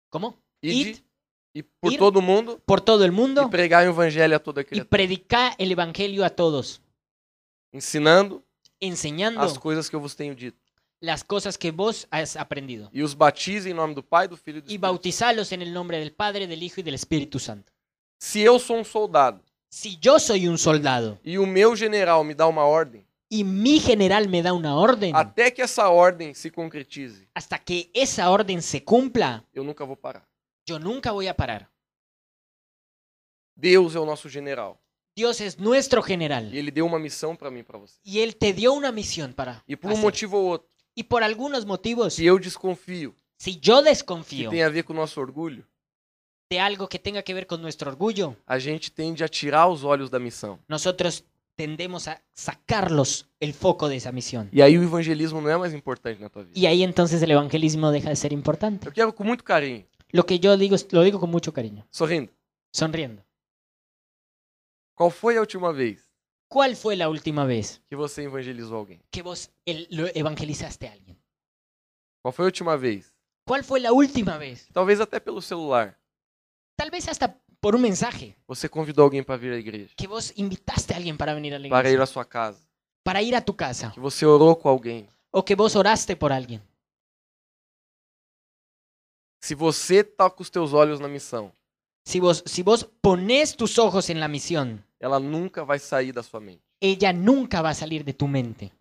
¿Cómo? ide, Id. e por Ir. todo mundo, por todo el e mundo pregar o evangelho a toda y criatura. predica el evangelio a todos, Ensinando enseñando as coisas que eu vos tenho dito. las cosas que vos has aprendido E os batize em nome do Pai, do Filho e do y Espírito. bautizalos en el nombre del Padre, del Hijo y del Espíritu Santo. Se eu sou um soldado Si yo soy un soldado e o meu general me dá uma ordem, y mi general me da una orden, até que essa ordem se concretize, hasta que esa orden se cumpla, eu nunca vou parar. yo nunca voy a parar. Deus é o nosso general. Dios es nuestro E general ele deu uma missão para mim e para você. y él te dio una misión para E por um hacer. motivo ou outro, y por algunos motivos, se eu desconfio si yo que desconfío tem a ver com o nosso orgulho, de algo que tenga que ver con nuestro orgullo, a gente tende a tirar os olhos da missão. nosotros tendemos a sacarlos el foco de esa misión. E aí o evangelismo não é mais importante na tua vida. Y ahí entonces el evangelismo deja de ser importante. Eu quero com muito carinho, Lo que yo digo, es- lo digo con mucho cariño, sorrindo. sonriendo. Qual foi a última vez ¿Cuál fue la última vez que você evangelizou alguém? que vos el- lo evangelizaste a alguien? Qual foi a última vez? ¿Cuál fue la última vez? Talvez até pelo celular. Tal vez hasta por un mensaje Você convidou alguém para vir à igreja, que vos invitaste a alguien para venir a la para ir iglesia, à sua casa, para ir a tu casa, que você orou com alguém. o que vos oraste por alguien. Se você tá com os teus olhos na missão, Si vos, si vos pones tus ojos en la misión, ela nunca vai sair da sua mente. ella nunca va a salir de tu mente.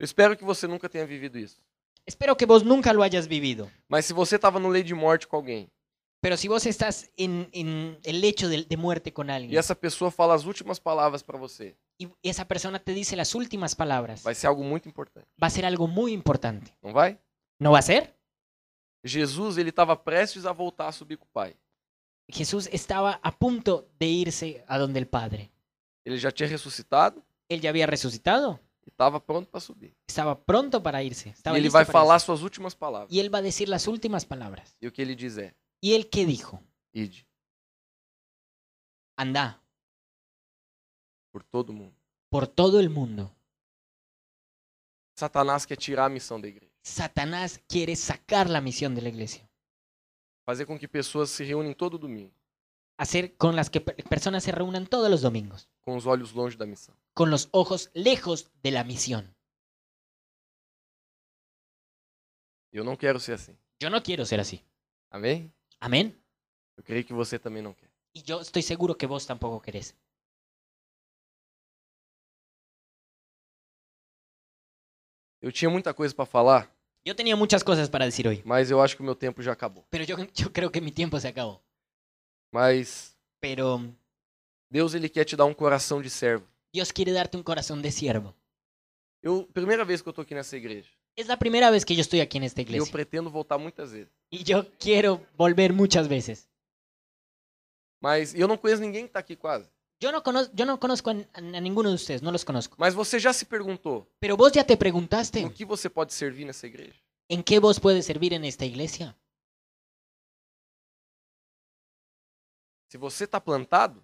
Eu espero que você nunca tenha vivido isso. Espero que vos nunca lo hayas vivido. Mas se você tava no lei de morte com alguém, Pero si vos estás en, en el lecho de, de muerte con alguien e essa pessoa fala as últimas palavras para você, y esa persona te dice las últimas palabras, vai ser algo muito importante, va a ser algo muy importante. não vai? ¿No va a ser? Jesus ele estava prestes a voltar a subir com o Pai. Jesús estaba a punto de irse a donde el Padre. Ele já tinha ressuscitado Él ya había resucitado, e estava pronto para subir. estaba pronto para irse. estaba e ele listo vai para falar irse. suas últimas palavras. Y él va a decir las últimas palabras. E o que ele diz é: ¿Y él qué dijo? Ide Anda por todo mundo, por todo el mundo, Satanás quer tirar a missão da igreja. Satanás quiere sacar la misión de la iglesia. Fazer com que pessoas se reúnem todo domingo, Hacer con las que per- personas se reúnan todos los domingos, com os olhos longe da missão. con los ojos lejos de la misión. Eu não quero ser assim. Yo no quiero ser así. Amém? Amén. Eu creio que você também não quer. Y yo estoy seguro que vos tampoco querés. Eu tinha muita coisa para falar, Yo tenía muchas cosas para decir hoy, mas eu acho que o meu tempo já acabou. pero yo, yo creo que mi tiempo se acabó. Mas Pero Deus ele quer te dar um coração de servo. Dios quiere darte un corazón de siervo. Eu primeira vez que eu tô aqui nessa igreja, Es la primera vez que yo estoy aquí en esta e eu iglesia. pretendo voltar muitas vezes. Y yo quiero volver muchas veces. Mas eu não conheço ninguém que tá aqui quase. Yo no, conozco, yo no conozco a, a ninguno de ustedes, no los conozco. Mas você já se perguntou Pero vos ya te no preguntaste, que você pode servir nessa igreja? ¿en qué vos puedes servir en esta iglesia? Se você tá plantado,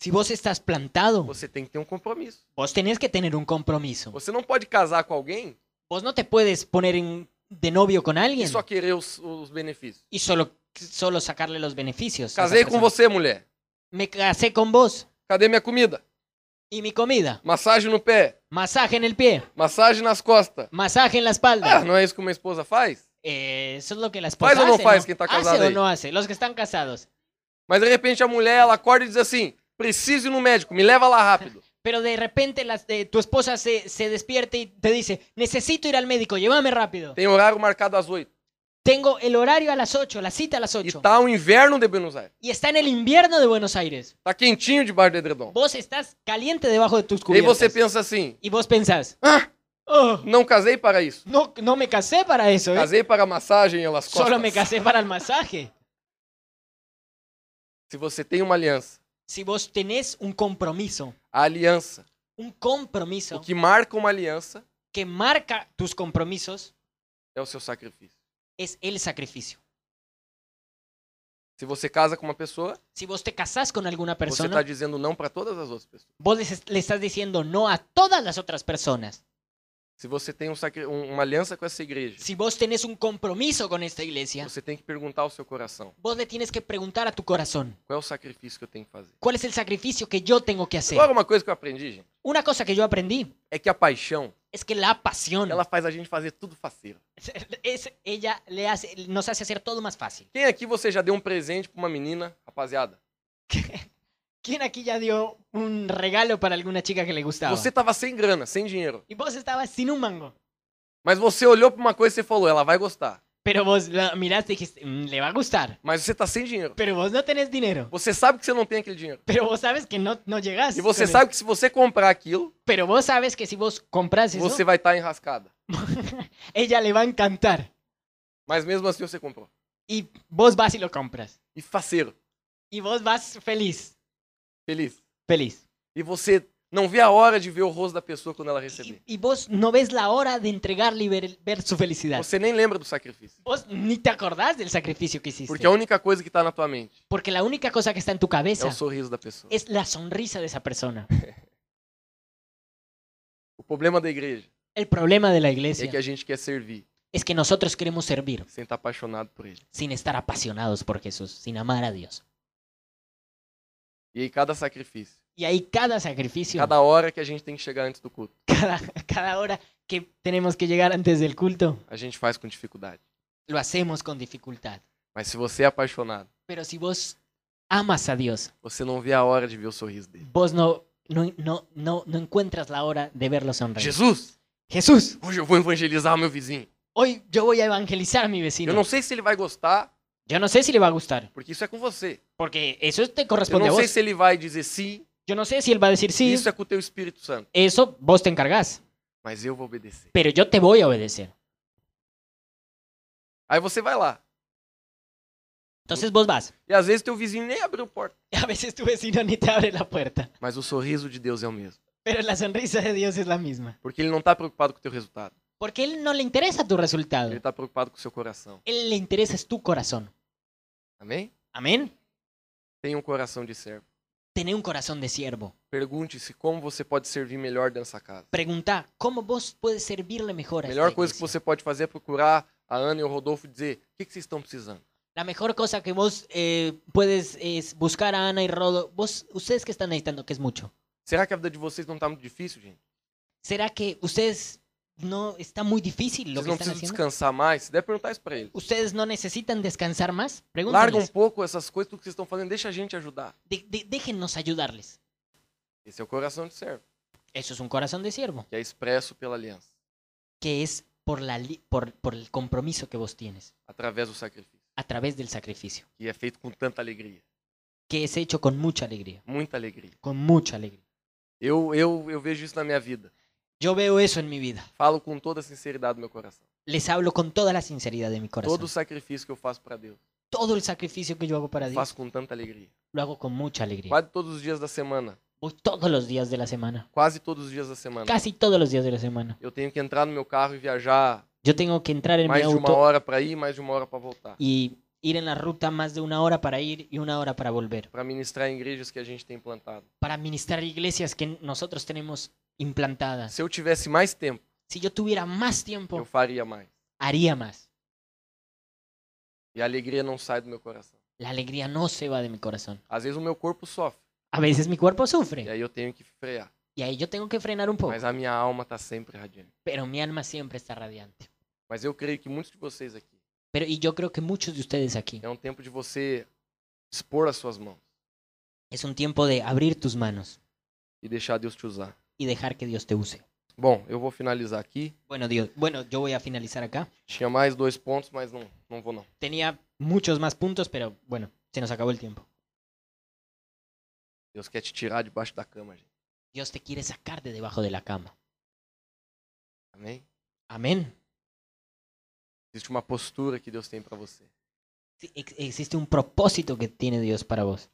Si vos estás plantado, você tem que ter um compromisso. vos tenés que tener un compromiso. Você não pode casar com alguém Vos no te puedes poner en- de novio con e alguien só querer os, os benefícios. y solo, solo sacarle los beneficios. a esa Casei com persona. você, mulher. Me casé con vos Cadê minha comida? y mi comida. Massagem no pé, Masaje en el pie, massagem nas costas. masaje en la Ah, espalda. não é isso que uma esposa faz? Eh, eso es lo que la esposa o no hace, faz quien está casado ¿Hace o ahí? no hace? Los que están casados. Mas de repente a mulher ela acorda e diz assim: preciso ir no médico, me leva lá rápido. Pero de repente las- eh, tu esposa se, se despierta y te dice, necesito ir al médico, llévame rápido. Tem horário marcado às oito. Tengo el horario a las 8, la cita a las E 8. tá o inverno de Buenos Aires. Y está en el invierno de Buenos Aires. Tá quentinho debaixo do edredom. Vos estás caliente debajo de tus E aí cubiertas. você pensa assim: Y vos pensás, ah, "Oh, não casei para isso. no, no me casé para eso, ¿eh? Casei para massagem elas costas. Solo me casé para el masaje. Se você tem uma aliança, Si vos tenés un compromiso, a aliança, un o compromiso que marca uma aliança que marca tus compromisos, é o seu sacrifício. es el sacrificio. Se você casa com uma pessoa, Si vos te casás con alguna você está persona, dizendo não para todas as outras pessoas. vos les- le estás diciendo no a todas las otras personas. Se você tem um sacri- um- uma aliança com essa igreja, Si vos tenés un compromiso con esta iglesia, você tem que perguntar ao seu coração vos le tienes que preguntar a tu corazón, qual é o sacrifício que eu tenho que fazer. ¿cuál es el sacrificio que yo tengo que hacer? Agora, uma coisa que eu aprendi, gente, Una cosa que yo aprendí é que a paixão, es que la pasión, ela faz a gente fazer tudo faceiro. es, ella le hace, nos hace hacer todo más fácil. Quem aqui você já deu um presente pra uma menina, rapaziada? ¿Quién aquí ya dio un regalo para alguna chica que le gustaba? Você tava sem grana, sem dinheiro. Y vos estabas sin un mango. Mas você olhou pra uma coisa e você falou, ela vai gostar. Pero vos la miraste y dijiste, "Mm, le va a gustar. Mas você tá sem dinheiro. Pero vos no tenés dinero. Você sabe que você não tem aquele dinheiro. Pero vos sabes que no, no llegás. E você con sabe que se você comprar aquilo, eso. Pero vos sabes que si vos compras eso, você vai estar enrascada. ella le va a encantar. Mas mesmo assim você comprou. Y vos vas y lo compras. E faceiro, Y vos vas feliz. feliz. Feliz. E você não vê a hora de ver o rosto da pessoa quando ela Y, receber. y vos no ves la hora de entregarle y ver, ver su felicidad. Você nem lembra do sacrifício. Vos ni te acordás del sacrificio que hiciste. Porque a única coisa que tá na tua mente Porque la única cosa que está en tu é cabeza o sorriso da pessoa. es la sonrisa de esa persona. O problema da igreja El problema de la é iglesia que a gente quer servir es que nosotros queremos servir sem estar apaixonado por ele. sin estar apasionados por Jesús, sin amar a Dios. E aí cada sacrifício, Y ahí cada sacrificio, cada, cada hora que a gente tem que chegar antes do culto, cada, hora que tenemos que llegar antes del culto, a gente faz com dificuldade. lo hacemos con dificultad. Mas se você é apaixonado, Pero si vos amas a Dios, você não vê a hora de ver o sorriso dele. vos no, no, no, no, no encuentras la hora de verlo sonreír. Jesus, Jesús, hoje eu vou evangelizar o meu vizinho. hoy yo voy a evangelizar a mi vecino. Eu não sei se ele vai gostar, Yo no sé si le va a gustar, porque porque isso é com você. eso te Eu corresponde a não sei vos. se ele vai dizer sim, Yo no sé si él va a decir sí, isso é com o teu Espírito Santo, eso vos te encargás, mas eu vou obedecer. pero yo te voy a obedecer. Aí você vai lá. Entonces vos vas. E às vezes teu vizinho nem abriu a porta. A veces tu vecino ni te abre la puerta, Mas o sorriso de Deus é o mesmo. pero la sonrisa de Dios es la misma. Porque ele não tá preocupado com o teu resultado. Porque a él no le interesa tu resultado, Ele tá preocupado com o seu coração. él le interesa es tu corazón. Amém? Amén. Tenha um coração de servo. Tener un corazón de siervo. Pergunte-se como você pode servir melhor nessa casa. Pregunta, ¿cómo vos puedes servirle mejor A a melhor esta coisa que você iglesia? pode fazer é procurar a Ana e o Rodolfo e dizer: o que, que vocês estão precisando? La mejor cosa que vos eh, puedes es buscar a Ana y Rodo. Vos, ustedes que están necesitando, que es mucho. Será que a vida de vocês não está muito difícil, gente? ¿Será que ustedes no está muy difícil Vocês lo que não están precisam haciendo? descansar mais? Se der, perguntar isso pra ele. ¿Ustedes no necesitan descansar más? Larga um Pregúntenles. pouco essas coisas, tudo que vocês estão fazendo, deixa a gente ajudar. De- de- déjennos ayudarles. Esse é o coração de servo, Eso es un corazón de siervo, que é expresso pela aliança, que es por, la li- por, por el compromiso que vos tienes através do sacrifício, a través del sacrificio, que é feito com tanta alegria, que es hecho con mucha alegría, muita alegria. con mucha alegría. Eu, eu, eu vejo isso na minha vida. Yo veo eso en mi vida. Falo com toda a sinceridade do meu coração. Les hablo con toda la sinceridad de mi corazón. Todo o sacrifício que eu faço pra Deus, Todo el sacrificio que yo hago para eu Dios faço com tanta alegria. lo hago con mucha alegría. Quase todos os dias da semana, Voy todos los días de la semana. quase todos os dias da semana, Casi todos los días de la semana. eu tenho que entrar no meu carro e viajar Yo tengo que entrar en mi mais de uma auto hora pra ir, mais de uma hora pra voltar, y ir en la ruta más de una hora para ir y una hora para volver. Pra ministrar em igrejas que a gente tem plantado. Para ministrar iglesias que nosotros tenemos implantadas. Se eu tivesse mais tempo, Si yo tuviera más eu tiempo, faria mais. haría más. E a alegria não sai do meu coração. La alegría no se va de mi corazón. Às vezes o meu corpo sofre, A veces mi cuerpo e sufre aí eu tenho que frear. y ahí yo tengo que frenar un poco, Mas a minha alma tá sempre radiante. pero mi alma siempre está radiante. Mas eu creio que muitos de vocês aqui, Pero y yo creo que muchos de ustedes aquí é um tempo de você expor as suas mãos es un tiempo de abrir tus manos e deixar Deus te usar. y dejar que Dios te use. Bom, eu vou finalizar aqui. Bueno, Dios, bueno, yo voy a finalizar acá. Tinha mais dois pontos, mas não, não vou não. tenía muchos más puntos, pero bueno, se nos acabó el tiempo. Deus quer te tirar debaixo da cama, gente. Dios te quiere sacar de debajo de la cama. Amém? Amén. Existe uma postura que Deus tem pra você. Sí, ex- Existe un propósito que tiene Dios para vos.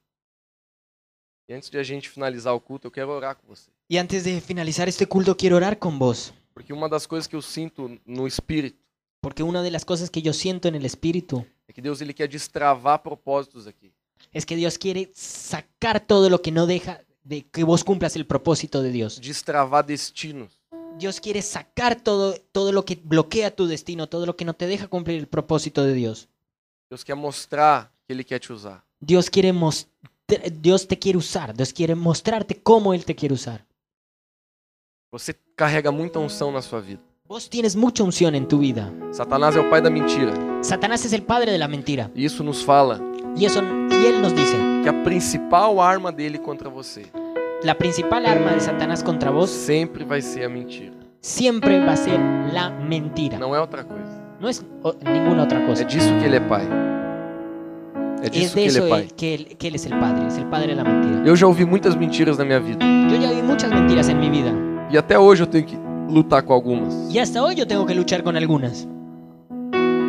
E antes de a gente finalizar o culto, eu quero orar com você. Y antes de finalizar este culto, quiero orar con vos. Porque uma das coisas que eu sinto no espírito Porque una de las cosas que yo siento en el espíritu é que Deus ele quer destravar propósitos aqui. es que Dios quiere sacar todo lo que no deja de que vos cumplas el propósito de Dios. Destravar destinos. Dios quiere sacar todo, todo lo que bloquea tu destino, todo lo que no te deja cumplir el propósito de Dios. Deus quer mostrar que ele quer te usar. Dios quiere mos- te- Dios te quiere usar, Dios quiere mostrarte cómo Él te quiere usar. Você carrega muita unção na sua vida. Vos tienes mucha unción en tu vida. Satanás é o pai da mentira. Satanás es el padre de la mentira E isso nos fala y eso y él nos dice, que a principal arma dele contra você la principal arma de Satanás contra vos sempre vai ser a mentira. siempre va a ser la mentira. No, Não é outra coisa. es o- ninguna otra É cosa. disso que ele é pai. É Es disso de que ele eso é pai. él- que, él, que él es el padre, es el padre de la mentira. Eu já ouvi muitas mentiras na minha vida. Yo ya vi muchas mentiras en mi vida E até hoje eu tenho que lutar com algumas. y hasta hoy yo tengo que luchar con algunas.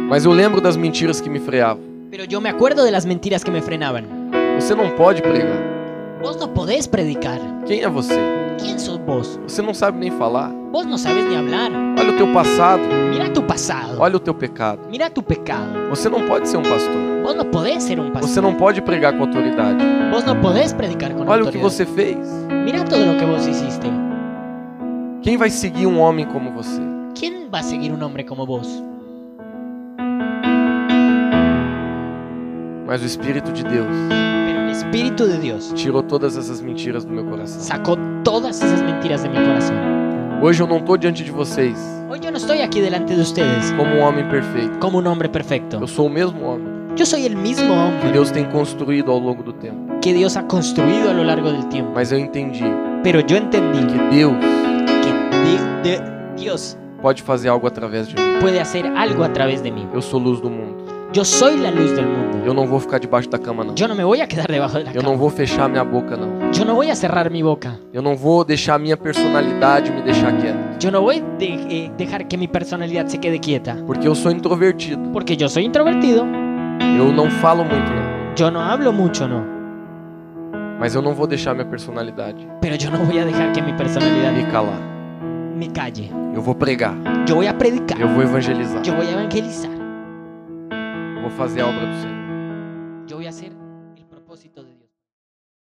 Mas eu lembro das mentiras que me freavam. Pero yo me acuerdo de las mentiras que me frenaban. Você não pode pregar. Vos no podés predicar. Quem é você? ¿Quién sos vos? Você não sabe nem falar. Vos no sabes ni hablar. Olha o teu passado. Mira tu pasado. Olha o teu pecado. Mira tu pecado. Você não pode ser um pastor. Vos no podés ser un pastor. Você não pode pregar com autoridade. Vos no podés predicar con Olha o que autoridad. você fez. Mira todo lo que vos hiciste. Quem vai seguir um homem como você? ¿Quién va a seguir un hombre como vos? Mas o Espírito de Deus Pero el Espíritu de Dios tirou todas essas mentiras do meu coração. sacó todas esas mentiras de mi corazón. Hoje eu não estou diante de vocês Hoy yo no estoy aquí delante de ustedes como um homem perfeito. como un hombre perfecto. Eu sou o mesmo homem Yo soy el mismo que hombre Deus tem construído ao longo do tempo. que Dios ha construido a lo largo del tiempo. Mas eu entendi Pero yo entendí que Deus que di- de- Dios pode fazer algo através de mim. puede hacer algo a través de mí. Eu sou luz do mundo. Yo soy la luz del mundo. Eu não vou ficar debaixo da cama, não. Yo no me voy a quedar debajo de la Eu não cama. vou fechar minha boca, não. Yo no voy a cerrar mi boca. Eu não vou deixar minha personalidade me deixar quieto. Yo no voy a dejar que mi personalidad se quede quieta. Porque eu sou introvertido. Porque yo soy introvertido. Eu não falo muito, não. Yo no hablo mucho, no. Mas eu não vou deixar minha personalidade Pero yo no voy a dejar que mi personalidad me calar. me calle. Eu vou pregar. Yo voy a predicar. Eu vou evangelizar. Yo voy a evangelizar. Eu vou fazer a obra do Senhor. Yo voy a hacer